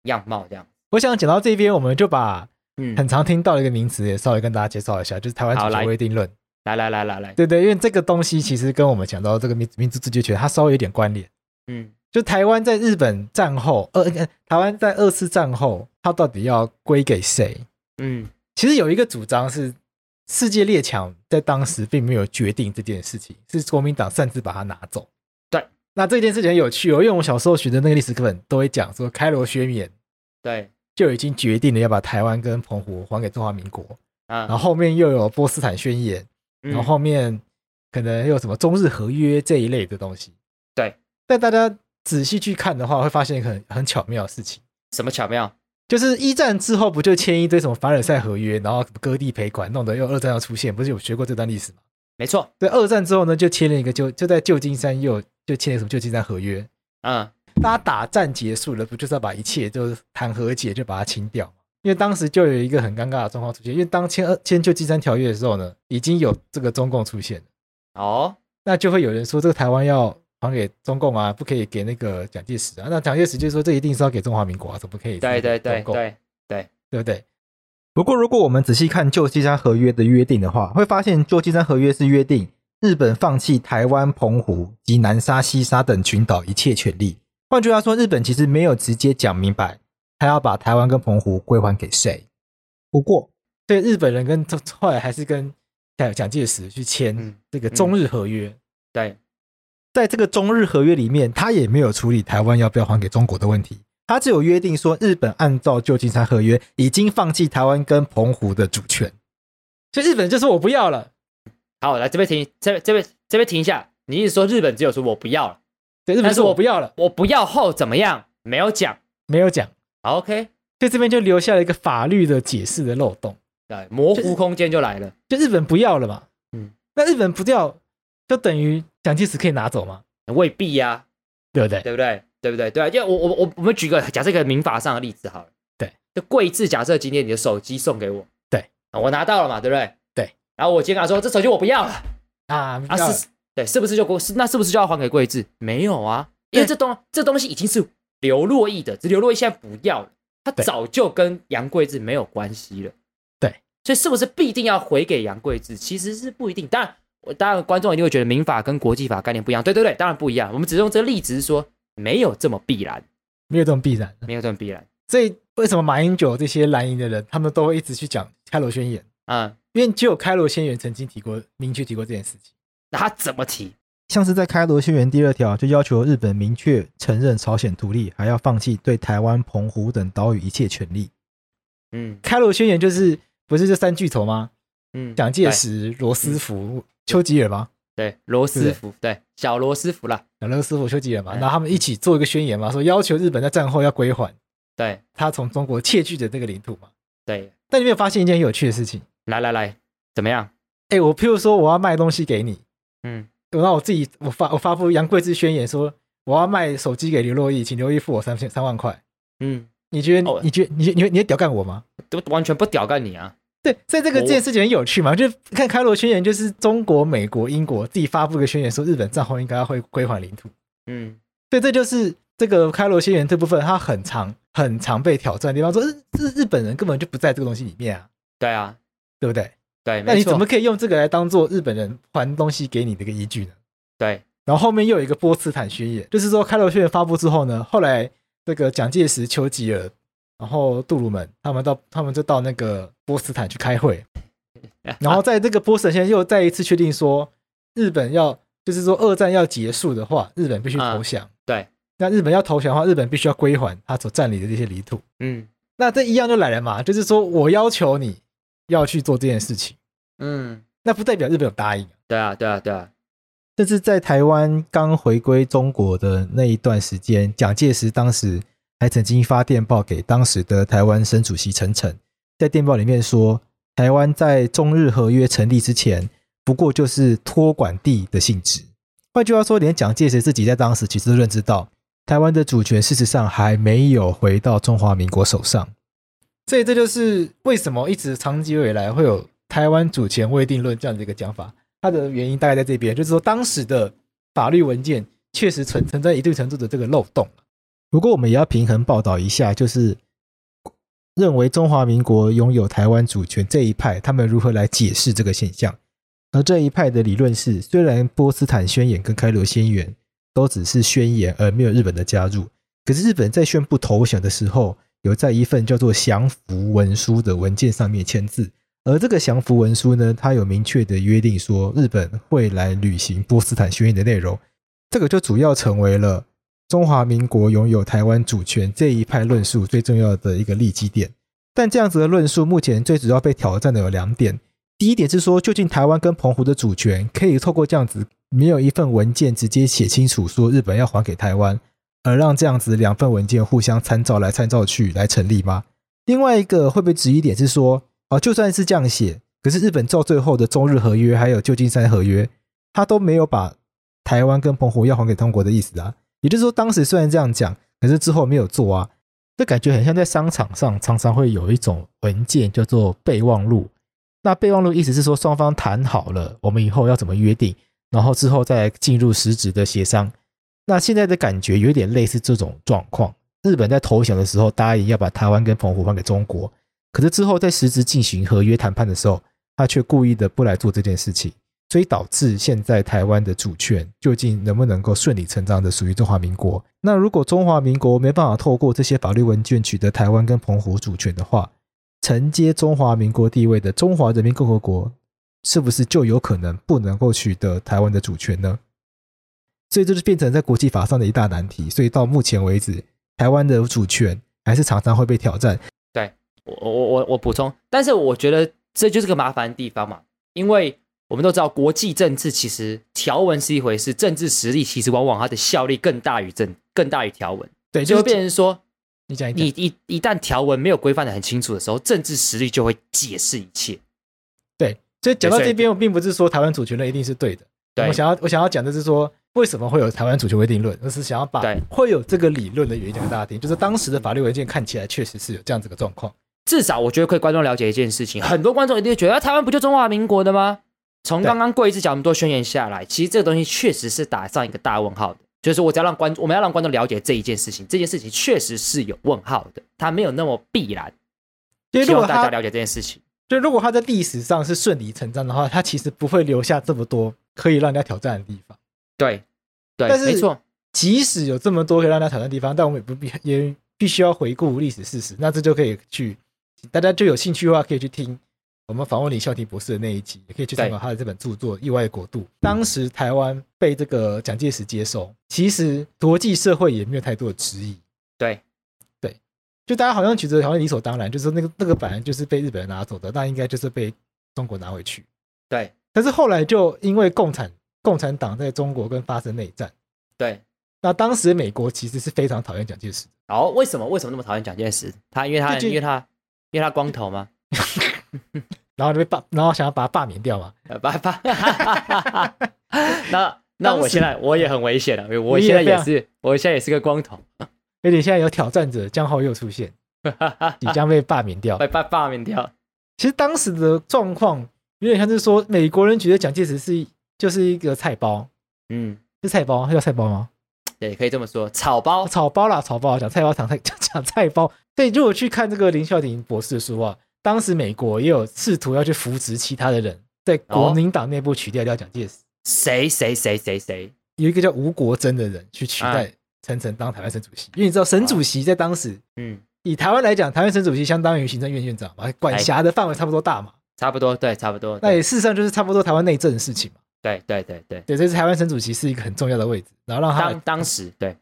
样貌，这样。我想讲到这边，我们就把嗯，很常听到的一个名词也稍微跟大家介绍一下，就是台湾好主来权未定论。来来来来来，对对，因为这个东西其实跟我们讲到这个民民族自决权，它稍微有点关联。嗯，就台湾在日本战后，呃，呃台湾在二次战后，它到底要归给谁？嗯其实有一个主张是，世界列强在当时并没有决定这件事情，是国民党擅自把它拿走。对，那这件事情很有趣哦，因为我小时候学的那个历史课本都会讲说，开罗宣言对，就已经决定了要把台湾跟澎湖还给中华民国，啊，然后后面又有波斯坦宣言，嗯然后后面可能又有什么中日合约这一类的东西。对，但大家仔细去看的话，会发现一个很很巧妙的事情。什么巧妙？就是一战之后不就签一堆什么凡尔赛合约，然后什么割地赔款，弄得又二战要出现，不是有学过这段历史吗？没错，对，二战之后呢，就签了一个就就在旧金山又有就签了什么旧金山合约。嗯，大家打战结束了，不就是要把一切就是谈和解，就把它清掉吗？因为当时就有一个很尴尬的状况出现，因为当签二签旧金山条约的时候呢，已经有这个中共出现了，哦，那就会有人说这个台湾要还给中共啊，不可以给那个蒋介石啊。那蒋介石就说这一定是要给中华民国啊，怎么可以？对对对，对，对不对？不过，如果我们仔细看《旧金山合约》的约定的话，会发现《旧金山合约》是约定日本放弃台湾、澎湖及南沙、西沙等群岛一切权利。换句话说，日本其实没有直接讲明白他要把台湾跟澎湖归还给谁。不过，对日本人跟后来还是跟蒋蒋介石去嗯签这个中日合约。对，在这个中日合约里面，他也没有处理台湾要不要还给中国的问题，他只有约定说，日本按照旧金山合约已经放弃台湾跟澎湖的主权，所以日本就说我不要了。好，来这边停，这边这边这边停一下。你一直说日本只有说我不要了，对，日本但就是说我我不要了，我不要后怎么样？没有讲没有讲。好，OK，所所以这边就留下了一个法律的解释的漏洞，对，模就是糊空间就来了。就日本不要了嘛，嗯，那日本不要就等于蒋介石可以拿走嘛，未必呀、对不对？对不对？对不对？对啊，因为我我我我们举个假设一个民法上的例子好了，对，就贵字假设今天你的手机送给我，对啊，我拿到了嘛，对不对？对，然后我今天跟他说这手机我不要了啊啊，是，对，是不是就给我是那是不是就要还给贵字？没有啊，因为对这东这东西已经是刘若意的，只是刘若意现在不要了，他对早就跟杨贵志没有关系了，对，所以是不是必定要回给杨贵志？其实是不一定，当然。我当然，观众一定会觉得民法跟国际法概念不一样，对对对，当然不一样。我们只是用这个例子是说，没有这么必然，没有这种必然。没有这么必然。所以为什么马英九这些蓝营的人，他们都会一直去讲开罗宣言？嗯，因为只有开罗宣言曾经提过，明确提过这件事情。那他怎么提？像是在开罗宣言第二条就要求日本明确承认朝鲜独立，还要放弃对台湾、澎湖等岛屿一切权利。嗯开罗宣言就是不是这三巨头吗？嗯，蒋介石、罗斯福、丘吉尔吗？对对罗斯对福，对小罗斯福啦，蒋罗斯福、丘吉尔嘛，嗯然后他们一起做一个宣言嘛，说要求日本在战后要归还对他从中国窃据的这个领土嘛。对，但你没有发现一件很有趣的事情？来来来，怎么样？哎，我譬如说我要卖东西给你，嗯，然后我自己我发我发布杨贵志宣言说我要卖手机给刘若毅，请刘若毅付我三千三万块。嗯，你觉得、哦你觉得你觉得你会你会屌干我吗？都完全不屌干你啊！对，所以这个我这件事情很有趣嘛，就是看开罗宣言，就是中国、美国、英国自己发布一个宣言，说日本战后应该要会归还领土。嗯，对，这就是这个开罗宣言这部分，它很常很常被挑战的地方，说日日日本人根本就不在这个东西里面啊，对啊，对不对？对，那没你错怎么可以用这个来当做日本人还东西给你的一个依据呢？对？然后后面又有一个波茨坦宣言，就是说开罗宣言发布之后呢，后来这个蒋介石、丘吉尔，然后杜鲁门他们到他们就到那个波茨坦去开会，哎然啊后在这个波茨坦宣言又再一次确定说，日本要就是说二战要结束的话，日本必须投降。对，那日本要投降的话，日本必须要归还他所占领的这些领土。嗯那这一样就来了嘛，就是说我要求你要去做这件事情，嗯，那不代表日本有答应啊。对啊，对啊，对啊，甚至在台湾刚回归中国的那一段时间，蒋介石当时还曾经发电报给当时的台湾省主席陈诚，在电报里面说，台湾在中日合约成立之前，不过就是托管地的性质。换句话说，连蒋介石自己在当时其实都认知到，台湾的主权事实上还没有回到中华民国手上。所以这就是为什么一直长久以来会有台湾主权未定论这样的一个讲法，它的原因大概在这边，就是说当时的法律文件确实存存在一定程度的这个漏洞。不过我们也要平衡报道一下，就是认为中华民国拥有台湾主权这一派，他们如何来解释这个现象？而这一派的理论是，虽然波茨坦宣言跟开罗宣言都只是宣言，而没有日本的加入，可是日本在宣布投降的时候，有在一份叫做降服文书的文件上面签字。而这个降服文书呢，它有明确的约定说，日本会来履行波茨坦宣言的内容，这个就主要成为了中华民国拥有台湾主权这一派论述最重要的一个立基点。但这样子的论述，目前最主要被挑战的有两点。第一点是说，究竟台湾跟澎湖的主权可以透过这样子没有一份文件直接写清楚说日本要还给台湾，而让这样子两份文件互相参照来参照去来成立吗？另外一个会被质疑点是说，啊，就算是这样写，可是日本照最后的中日合约还有旧金山合约，他都没有把台湾跟澎湖要还给中国的意思啊。也就是说，当时虽然这样讲，可是之后没有做啊。这感觉很像在商场上常常会有一种文件叫做备忘录。那备忘录意思是说双方谈好了，我们以后要怎么约定，然后之后再进入实质的协商。那现在的感觉有点类似这种状况。日本在投降的时候答应要把台湾跟澎湖还给中国，可是之后在实质进行合约谈判的时候，他却故意的不来做这件事情。所以导致现在台湾的主权究竟能不能够顺理成章的属于中华民国？那如果中华民国没办法透过这些法律文件取得台湾跟澎湖主权的话，承接中华民国地位的中华人民共和国，是不是就有可能不能够取得台湾的主权呢？所以这就变成在国际法上的一大难题。所以到目前为止，台湾的主权还是常常会被挑战。我我我我我补充，但是我觉得这就是个麻烦的地方嘛，因为我们都知道国际政治其实条文是一回事，政治实力其实往往它的效力更大于政更大于条文，对，就就会是变成说你讲一你讲，一一旦条文没有规范的很清楚的时候，政治实力就会解释一切。对，所以讲到对所以这边，我并不是说台湾主权论一定是对的。对我，想要我想要讲的是说，为什么会有台湾主权规定论，而是想要把对会有这个理论的原因讲给大家听，就是当时的法律文件看起来确实是有这样子的状况。至少我觉得可以观众了解一件事情，很多观众一定会觉得、啊、台湾不就中华民国的吗？从对刚刚贵志讲那么多宣言下来，其实这个东西确实是打上一个大问号的。就是我只要让观，我们要让观众了解这一件事情，这件事情确实是有问号的，它没有那么必然。因为希如望果大家他了解这件事情。就如果他在历史上是顺理成章的话，他其实不会留下这么多可以让人家挑战的地方。对，对但，是没错，即使有这么多可以让人家挑战的地方，但我们也不必也必须要回顾历史事实。那这就可以去，大家就有兴趣的话，可以去听我们访问李孝廷博士的那一集，也可以去参考他的这本著作《意外国度》。当时台湾被这个蒋介石接收，其实国际社会也没有太多的质疑。对，就大家好像觉得好像理所当然，就是那个那个本来就是被日本人拿走的，那应该就是被中国拿回去。对，但是后来就因为共产共产党在中国跟发生内战，对。那当时美国其实是非常讨厌蒋介石的。然后为什么为什么那么讨厌蒋介石？他因为他最近因为他因为他光头吗？然后就被罢，然后想要把他罢免掉嘛。呃，爸爸， 那那我现在我也很危险啊了，因为我你也现在非也常是我现在也是个光头，而且现在有挑战者江浩又出现，即将被罢免掉被。罢罢免掉。其实当时的状况有点像是说，美国人觉得蒋介石是就是一个菜包，嗯，是菜包，他叫菜包吗？对，可以这么说，草包哦，草包啦，草包，讲菜包，讲菜 讲菜包。对，如果去看这个林孝廷博士的书啊，当时美国也有试图要去扶植其他的人，在国民党内部取代掉蒋介石，谁谁谁谁谁，有一个叫吴国桢的人去取代哎陈诚当台湾省主席，因为你知道沈主席在当时嗯，以台湾来讲，台湾省主席相当于行政院院长嘛，管辖的范围差不多大嘛，差不多，对，差不多，那对也事实上就是差不多台湾内政的事情嘛。对对对对，对，这是台湾省主席是一个很重要的位置，然后让当他当时对，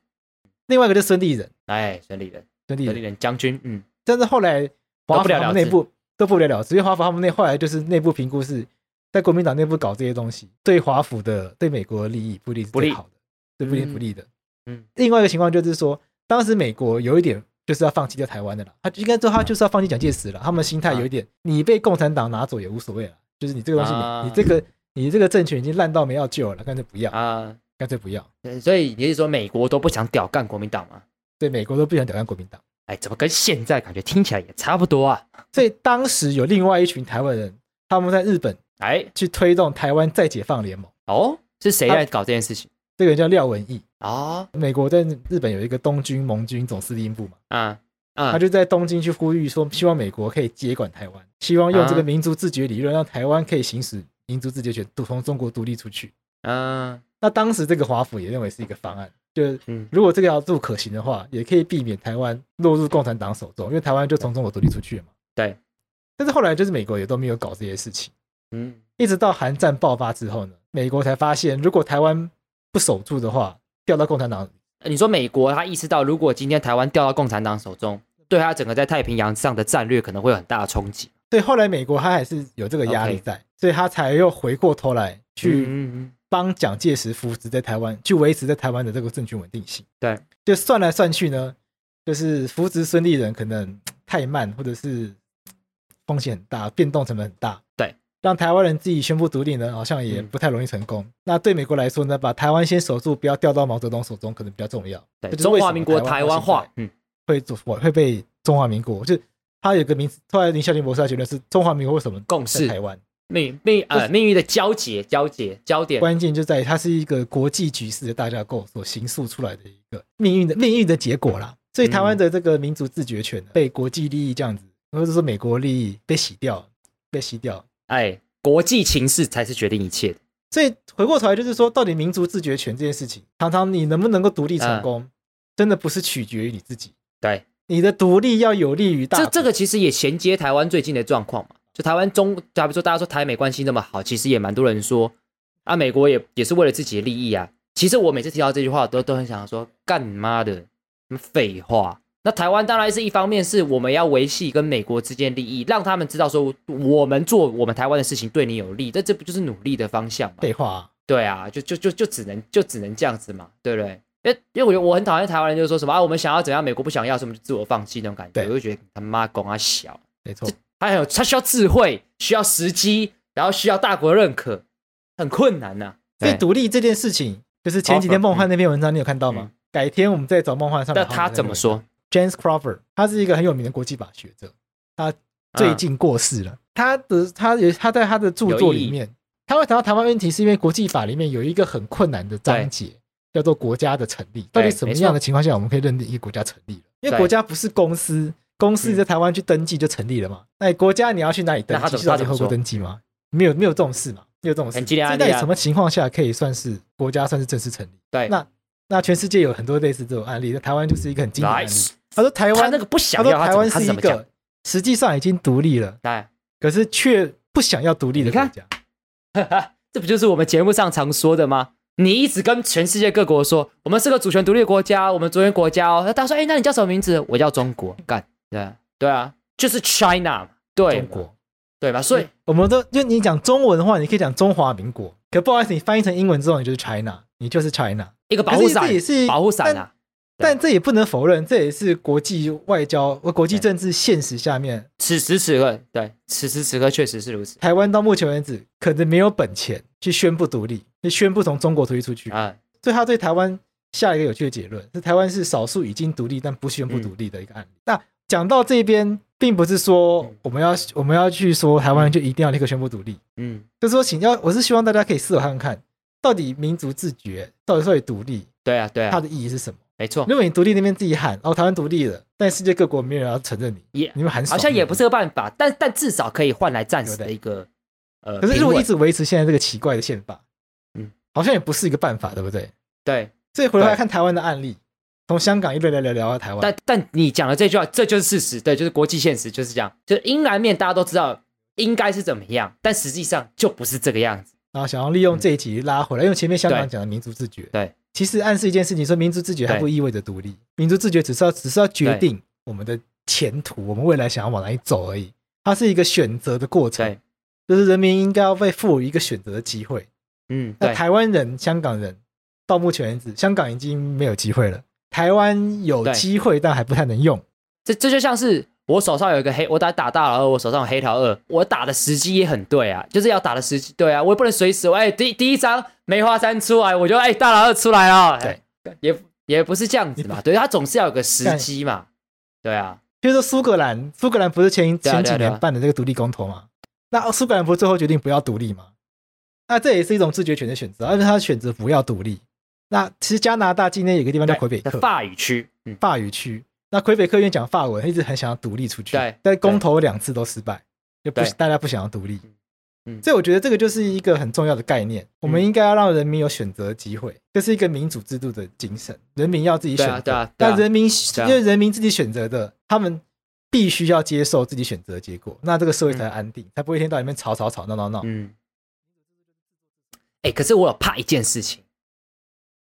另外一个就是孙立人，哎，孙立人，孙立孙立人，人将军，嗯，但是后来华府他们内部都不了了之，因为华府他们内后来就是内部评估是在国民党内部搞这些东西，对华府的对美国的利益不利是不利最好的，对不利不利的。嗯，另外一个情况就是说，当时美国有一点就是要放弃掉台湾的啦，他应该说他就是要放弃蒋介石了，他们心啊态有一点，你被共产党拿走也无所谓了，就是你这个东西啊你，你这个你这个政权已经烂到没药救了，干脆不要，啊，干脆不要。对所以你是说美国都不想屌干国民党吗？对，美国都不想挑战国民党，哎，怎么跟现在感觉听起来也差不多啊？所以当时有另外一群台湾人，他们在日本哎，去推动台湾再解放联盟，哦，是谁他在搞这件事情？这个人叫廖文毅。哦，美国在日本有一个东军盟军总司令部嘛，啊他啊，就在东京去呼吁说，希望美国可以接管台湾，希望用这个民族自决理论让台湾可以行使民族自决权，独从中国独立出去。嗯那当时这个华府也认为是一个方案，就是嗯，如果这个要做可行的话，也可以避免台湾落入共产党手中，因为台湾就从中国独立出去了嘛。对。但是后来就是美国也都没有搞这些事情，嗯，一直到韩战爆发之后呢，美国才发现，如果台湾不守住的话，掉到共产党你说美国他意识到，如果今天台湾掉到共产党手中，对他整个在太平洋上的战略可能会有很大的冲击。所以后来美国他还是有这个压力在所以他才又回过头来去嗯嗯帮蒋介石扶植在台湾，去维持在台湾的这个政权稳定性。对，就算来算去呢，就是扶植孙立人可能嘖太慢，或者是嘖风险很大，变动成本很大。对，让台湾人自己宣布独立呢，好像也嗯不太容易成功。那对美国来说呢，把台湾先守住，不要掉到毛泽东手中，可能比较重要。对，这就是中为什华么民国台台湾湾到现在化，嗯，会做会被中华民国，就是他有个名字，后来林孝林博士他觉得是中华民国为什么共在识台湾，命命呃命运的交结交结焦点。关键就在于它是一个国际局势的大架构所形塑出来的一个命运的命运的结果啦。所以台嗯湾的这个民族自决权被国际利益这样子，或者说美国利益被洗掉，被洗掉。哎，国际情势才是决定一切的。所以回过头来就是说，到底民族自决权这件事情，常常你能不能够独立嗯成功，真的不是取决于你自己，对，你的独立要有利于大这国这个其实也衔接台湾最近的状况嘛。就台湾中，假如说大家说台美关系那么好，其实也蛮多人说啊，美国也也是为了自己的利益啊。其实我每次提到这句话，我都都很想说，干你妈的，什么废话。那台湾当然是一方面，是我们要维系跟美国之间利益，让他们知道说我们做我们台湾的事情对你有利，但这不就是努力的方向嘛？废话啊、对啊，就就就就只能就只能这样子嘛，对不对？因为因为我觉得我很讨厌台湾人，就是说什么啊，我们想要怎样，美国不想要，什么就自我放弃那种感觉，对我就觉得他妈拱啊小，没错，他很有他需要智慧，需要时机，然后需要大国认可，很困难呐、所以对独立这件事情，就是前几天 Crawford，梦幻那篇文章，你有看到吗？改天我们再找梦幻上来哦嗯那好好他再怎么聊说？ ？James Crawford，他是一个很有名的国际法学者，他嗯最近过世了。他的他也他在他的著作里面，他会谈到台湾问题，是因为国际法里面有一个很困难的章节，叫做国家的成立。到底什么样的情况下我们可以认定一个国家成立了？因为对国家不是公司，公司嗯在台湾去登记就成立了嘛？那国家你要去哪里登那他记？怎么去到联他怎么合国说登记吗？没有没有这种事嘛？没有这种事。很激烈啊这到力底啊什么情况下可以算是国家算是正式成立？对，那那全世界有很多类似这种案例，那台湾就是一个很经典的案例。 Nice 他说台他湾那个不想他说要，台他湾怎么他是怎一么讲？哎个实际上已经独立了，来，可是却不想要独立的国家。 这不就是我们节目上常说的吗？你一直跟全世界各国说，我们是个主权独立的国家，我们主权国家哦。那大家说，哎，那你叫什么名字？我叫中国，干，对啊对啊，就是 China，嘛对嘛中国，嗯对吧？所以我们都就你讲中文的话，你可以讲中华民国，可不好意思，你翻译成英文之后，你就是 China，你就是 China。一个保护伞可是这也是，保护伞啊，但这也不能否认，这也是国际外交、呃国际政治现实下面，此时此刻，对，此时此刻确实是如此台湾到目前为止可能没有本钱去宣布独立，去宣布从中国独立出去。啊。所以他对台湾下一个有趣的结论是，台湾是少数已经独立但不宣布独立的一个案例。嗯那讲到这边，并不是说我们要我们要去说台湾就一定要立刻宣布独立，嗯，就是说，请要我是希望大家可以思考看看，到底民族自觉，到底到底独立对啊，对它啊，的意义是什么？没错，如果你独立那边自己喊，哦，台湾独立了，但世界各国没有人要承认你，也你们喊好像也不是。个办法，但但至少可以换来暂时的一个呃，可是如平果稳一直维持现在这个奇怪的宪法，嗯嗯，好像也不是一个办法，对不对？对，所以回头来对看台湾的案例，从香港一路聊聊聊到台湾，但但你讲的这句话，这就是事实，对，就是国际现实就是这样，就是阴暗面大家都知道应该是怎么样，但实际上就不是这个样子，然后想要利用这一集拉回来，因为前面香港对讲的民族自觉，嗯对，其实暗示一件事情，说民族自觉还对不意味着独立，民族自觉只是要只是要决对定我们的前途，我们未来想要往哪里走而已，它是一个选择的过程对，，就是人民应该要被赋予一个选择的机会。嗯，那对，台湾人、香港人到目前为止，香港已经没有机会了，台湾有对机会，但还不太能用。这这就像是我手上有一个黑，我打打大老二，我手上有黑桃二，我打的时机也很对啊，就是要打的时机对啊，我也不能随时，我哎，第第一张梅花三出来，我就哎大老二出来了，哎也也不是这样子嘛，对，他总是要有个时机嘛，对啊，就是说苏格兰，苏格兰不是前对啊前对几啊对啊年办的这个独立公投嘛？那苏格兰不是最后决定不要独立吗？那这也是一种自觉权的选择，而且他选择不要独立。那其实加拿大境内有个地方叫对魁北克法语区，嗯，法语区，那魁北克因为讲法文，一直很想要独立出去对，但公投两次都失败，就不对大家不想要独立。嗯所以我觉得这个就是一个很重要的概念，我们嗯应该要让人民有选择的机会，这是一个民主制度的精神，人民要自己选择。对啊对啊对啊但人民对因啊为人民自己选择的，他们必须要接受自己选择的结果，那这个社会才安定，才不会一天到晚里面吵吵吵闹闹闹。嗯，哎、可是我有怕一件事情，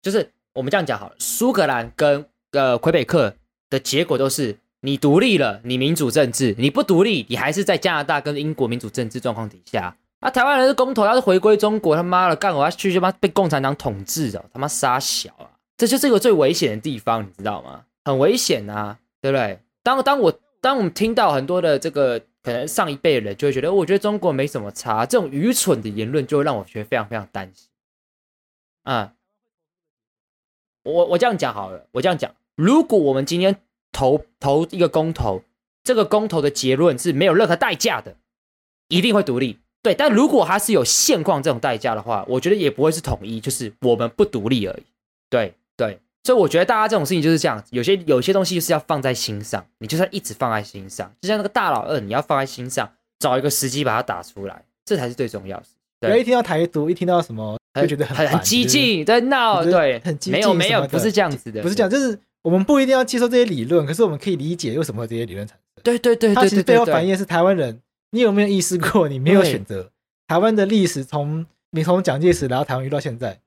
就是我们这样讲好了，苏格兰跟呃魁北克的结果都是你独立了，你民主政治；你不独立，你还是在加拿大跟英国民主政治状况底下。啊，台湾人是公投，要是回归中国，他妈的干我要去他妈被共产党统治的，他妈杀小啊！这就是一个最危险的地方，你知道吗？很危险啊，对不对？当当我当我们听到很多的这个可能上一辈的人就会觉得，哦我觉得中国没什么差，这种愚蠢的言论就会让我觉得非常非常担心。啊、我我这样讲好了，我这样讲，如果我们今天投投一个公投，这个公投的结论是没有任何代价的，一定会独立。对，但如果它是有现况这种代价的话，我觉得也不会是统一，就是我们不独立而已。对对，所以我觉得大家这种事情就是这样，有些有些东西就是要放在心上，你就是要一直放在心上，就像那个大老二，你要放在心上，找一个时机把它打出来，这才是最重要的事。不对要一听到台独，一听到什么就觉得很很很激，进，在闹，就是对，很激进没有没什么有，的不是这样子的，不是讲就是我们不一定要接受这些理论，可是我们可以理解为什么会有这些理论产生。对对对对对，它其实对背后对反映的是台湾人。你有没有意识过，你没有对选择台湾的历史从你从蒋介石来到台湾遇到现在，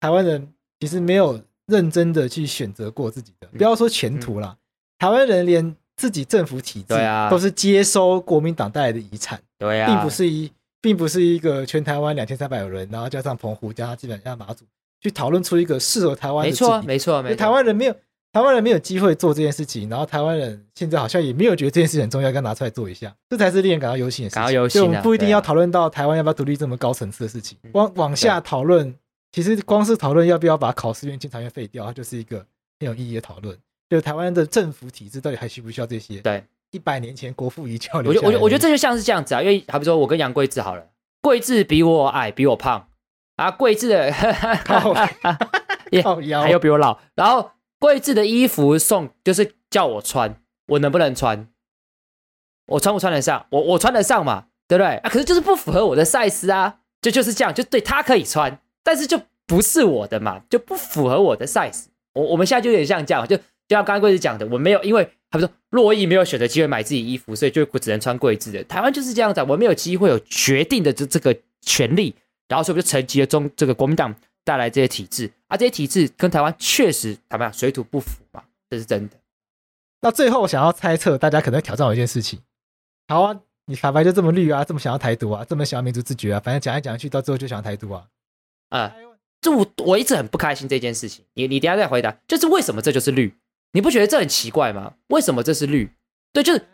台湾人其实没有认真的去选择过自己的，嗯不要说前途啦，台湾人连自己政府体制对啊都是接收国民党带来的遗产，对啊，并不是一并不是一个全台湾两千三百人，然后加上澎湖加上基本上马祖去讨论出一个适合台湾的没治理错啊，没错啊，因没为错。台湾人没有台湾人没有机会做这件事情，然后台湾人现在好像也没有觉得这件事情很重要，该拿出来做一下，这才是令人感到忧心的事情。感到忧心啊所以我们不一定对啊嗯要讨论到台湾要不要独立这么高层次的事情，往往下讨论，其实光是讨论要不要把考试院、监察院废掉，它就是一个很有意义的讨论。就是台湾的政府体制到底还需不需要这些？对，一百年前国父遗教留我觉下得来的我觉得我觉得这就像是这样子啊，因为好比说我跟杨贵志好了，贵志比我矮，比我胖啊，贵志的 靠也靠腰啊还有比我老，然后贵志的衣服送就是叫我穿，我能不能穿？我穿不穿得上？我我穿得上嘛，对不对？啊，可是就是不符合我的 size 啊，就就是这样，就对他可以穿，但是就不是我的嘛，就不符合我的 size。我我们现在就有点像这样，就就像刚刚贵子讲的，我没有因为他们说洛伊没有选择机会买自己衣服，所以就只能穿贵子的。台湾就是这样子啊，我们没有机会有决定的这这个权利，然后所以我们就承袭了中这个国民党带来这些体制，啊，这些体制跟台湾确实坦白讲水土不服嘛，这是真的。那最后我想要猜测，大家可能挑战我一件事情。好啊，你法白就这么绿啊，这么想要台独啊，这么想要民族自觉啊，反正讲来讲去，到最后就想要台独啊。啊、这我我一直很不开心这件事情。你你等一下再回答，就是为什么这就是绿？你不觉得这很奇怪吗？为什么这是绿？对，就是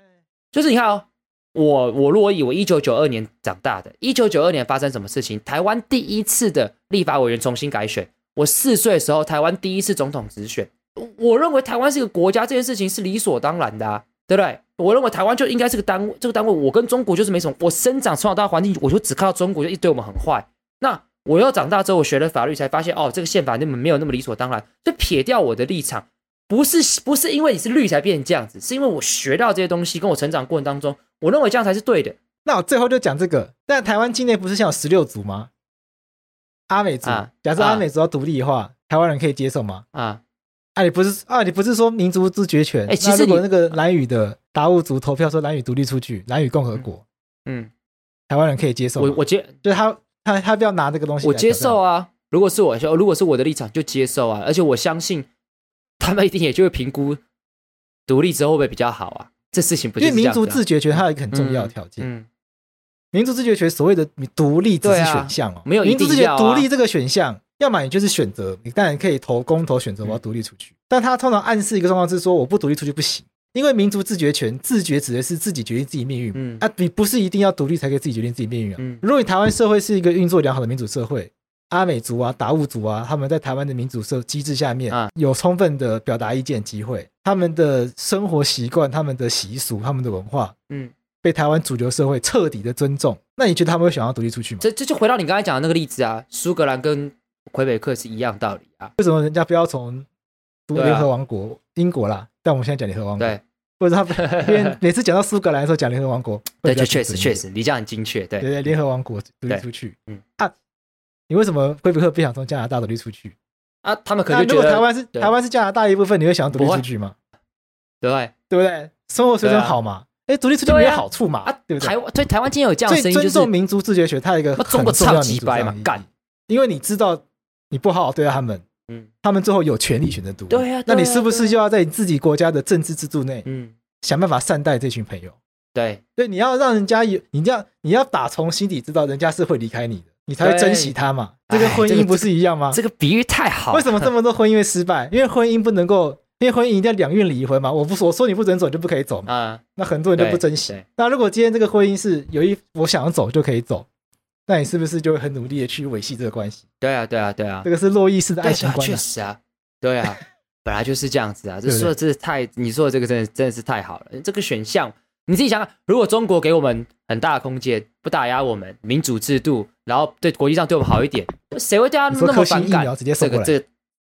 就是你看哦，我我若以我一九九二年长大的，一九九二年发生什么事情？台湾第一次的立法委员重新改选，我四岁的时候，台湾第一次总统直选。我我认为台湾是一个国家，这件事情是理所当然的、啊，对不对？我认为台湾就应该是个单位，这个单位我跟中国就是没什么。我生长从小到大环境，我就只看到中国就一直对我们很坏，那我又长大之后，我学了法律，才发现哦，这个宪法根本没有那么理所当然。所以撇掉我的立场，不是不是因为你是绿才变成这样子，是因为我学到这些东西，跟我成长过程当中，我认为这样才是对的那我最后就讲这个。但台湾境内不是像有十六族吗？阿美族，啊假设啊阿美族要独立的话，台湾人可以接受吗？啊。啊，你不是啊，你不是说民族自决权？哎其实那如果你那个蓝语的达悟族投票说蓝语独立出去，蓝语共和国，嗯，台湾人可以接受吗我我接就是他他他不要拿这个东西，我接受。啊。如果是我，如果是我的立场，就接受啊。而且我相信他们一定也就会评估独立之后会不会比较好啊。这事情不因就为是这民样子族啊自决权还有一个很重要的嗯条件，嗯，民族自决权所谓的独立只是对啊选项哦、没有一民族定自决要啊独立这个选项，要么你就是选择，你当然可以投公投选择我要独立出去，但他通常暗示一个状况是说我不独立出去不行，因为民族自决权自觉指的是自己决定自己命运，嗯啊，你不是一定要独立才可以自己决定自己命运啊。嗯如果你台湾社会是一个运作良好的民主社会。阿美族啊、达悟族啊，他们在台湾的民主社机制下面啊，有充分的表达意见机会。他们的生活习惯、他们的习俗、他们的文化，嗯，被台湾主流社会彻底的尊重，那你觉得他们会想要独立出去吗？这这就回到你刚才讲的那个例子啊，苏格兰跟魁北克是一样道理啊。为什么人家不要从独对啊联合王国、英国啦？但我们现在讲联合王国，对，或者他 们因为每次讲到苏格兰的时候讲联合王国，对，会比较确确准一点，实确实，你这样很精确，对对对，联合王国独立对出去，嗯啊，你为什么魁北克不想从加拿大独立出去？啊，他们可那能如就觉果得台湾是对台湾是加拿大一部分，你会想要独立不会出去吗？对不对对不对？生活水准对啊好嘛？哎，独立出去没有对啊好处嘛啊？，对不对台？湾对台湾今天有这样所的以声音，就尊是重民族自决权，它有一个那很重中国要超的民级族白上嘛的意义，干，因为你知道你不好好对待他们，嗯他们最后有权利选择独立。对啊对啊那你是不是就要在你自己国家的政治制度内嗯，想办法善待这群朋友？对对，你要让人家有，你要你要打从心底知道人家是会离开你的，你才会对珍惜他嘛。这哎跟婚这个姻不是一样吗？这个比喻太好了，啊为什么这么多婚姻会失败？因为婚姻不能够，因为婚姻一定要两愿离婚嘛。我不说，我说你不准走，你就不可以走嘛。啊？那很多人就不对珍惜对。那如果今天这个婚姻是有一我想要走就可以走，那你是不是就会很努力的去维系这个关系？对啊，对啊，对啊这，个是洛伊式的对爱啊情观、确啊。实啊，对啊，本来就是这 样子啊。这对不对说的真是太，你说的这个真的真的是太好了。这个选项你自己想想，如果中国给我们很大的空间，不打压我们，民主制度，然后对国际上对我们好一点，谁会对他你说那科么兴反疫苗感？直接送这过个来这个，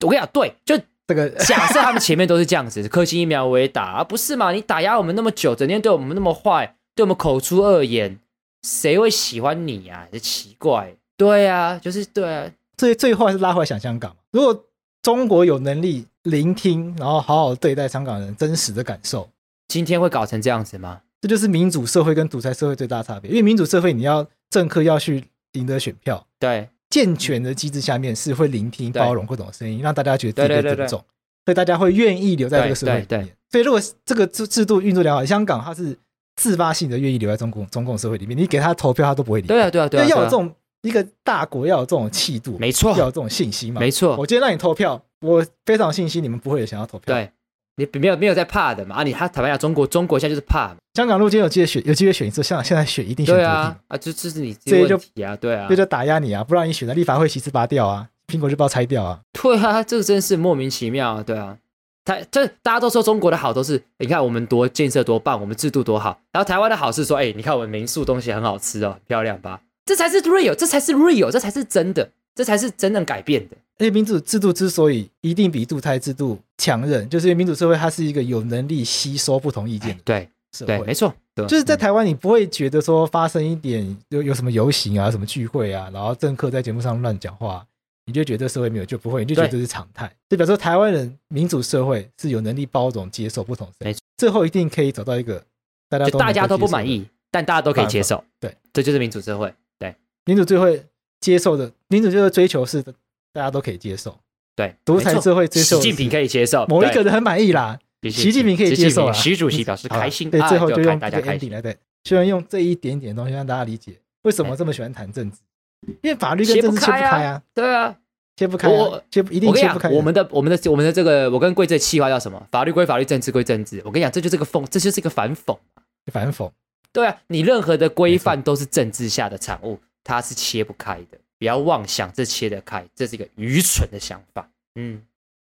我跟你讲，对，就这个呃假设他们前面都是这样子， 科兴疫苗我也打啊，不是嘛？你打压我们那么久，整天对我们那么坏，对我们口出恶言，谁会喜欢你呀、啊？这奇怪。对啊，就是对啊，最最后还是拉回来想香港。如果中国有能力聆听，然后好好对待香港人真实的感受，今天会搞成这样子吗？这就是民主社会跟独裁社会最大的差别。因为民主社会你要政客要去赢得选票，对，健全的机制下面是会聆听、对包容各种声音，让大家觉得自己对被对对尊重，所以大家会愿意留在这个社会里对对面。所以，如果这个制制度运作良好，香港它是自发性的愿意留在中共中共社会里面，你给他投票，他都不会离开。对啊，对啊，对啊，那要有对啊这种一个大国要有这种气度，没错要有这种信心嘛，没错我今天让你投票，我非常有信心你们不会想要投票。，对你没有没有在怕的嘛？啊，你他坦白讲，中国中国现在就是怕嘛，香港如果今天有机会选，有机会选一次，香港现在选一定选对不啊定，啊，这这是你自所己以就问题啊，对啊这，就打压你啊，不让你选，那立法会席次拔掉啊，苹果日报拆掉啊，对啊， 这个真是莫名其妙啊，对啊。台这大家都说中国的好都是，你看我们多建设多棒，我们制度多好。然后台湾的好是说，哎、你看我们民宿东西很好吃哦，很漂亮吧？这才是 real，这才是 real，这才是真的，这才是真正改变的。而且民主制度之所以一定比独裁制度强韧，就是因为民主社会它是一个有能力吸收不同意见的对社对，会没。错，嗯对就是在台湾，你不会觉得说发生一点有有什么游行啊、什么聚会啊，然后政客在节目上乱讲话，你就觉得社会没有就不会，你就觉得对这是常态。就表示说台湾人民主社会是有能力包容、接受不同声没音错，最后一定可以找到一个大家就都大能家够都不接受满的意，但大家都可以接受。对，这就是民主社会。对，民主最会接受的，民主就是追求是大家都可以接受，对，独裁没错社会接受习近平可以接受某一个对人很满意啦，习近平可以接受啦啊嗯习主席表示好啦开心，对，啊最后就看用大这家个开 ending 心。来对，希望用这一点点东西让大家理解为什么哎这么喜欢谈政治，因为法律跟政治切不切不开开啊，对啊，切不开啊我，切不一定我跟你切不开讲，的。我们的我们的我们的这个，我跟贵这气划叫什么？法律归法律，政治归政治。我跟你讲，这就是个讽，这就是一个反讽。反讽，对啊，你任何的规范都是政治下的产物，它是切不开的。不要妄想这切得开，这是一个愚蠢的想法。嗯，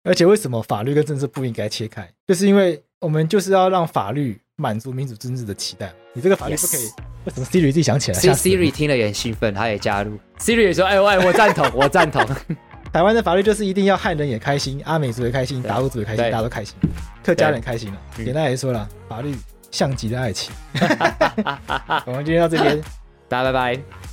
而且为什么法律跟政治不应该切开，就是因为我们就是要让法律满足民主政治的期待。你这个法律不可以 Yes，为什么 Siri 自己想起来所以吓死人 Siri 听了也很兴奋，他也加入。Siri 也说：“哎喂，我赞同，我赞同。 台湾的法律就是一定要汉人也开心，阿美族也开心，对达悟族也开心，对大家都开心，客家人开心了。嗯简单来说啦， 法律像极了爱情。我们今天到这边，大家拜拜。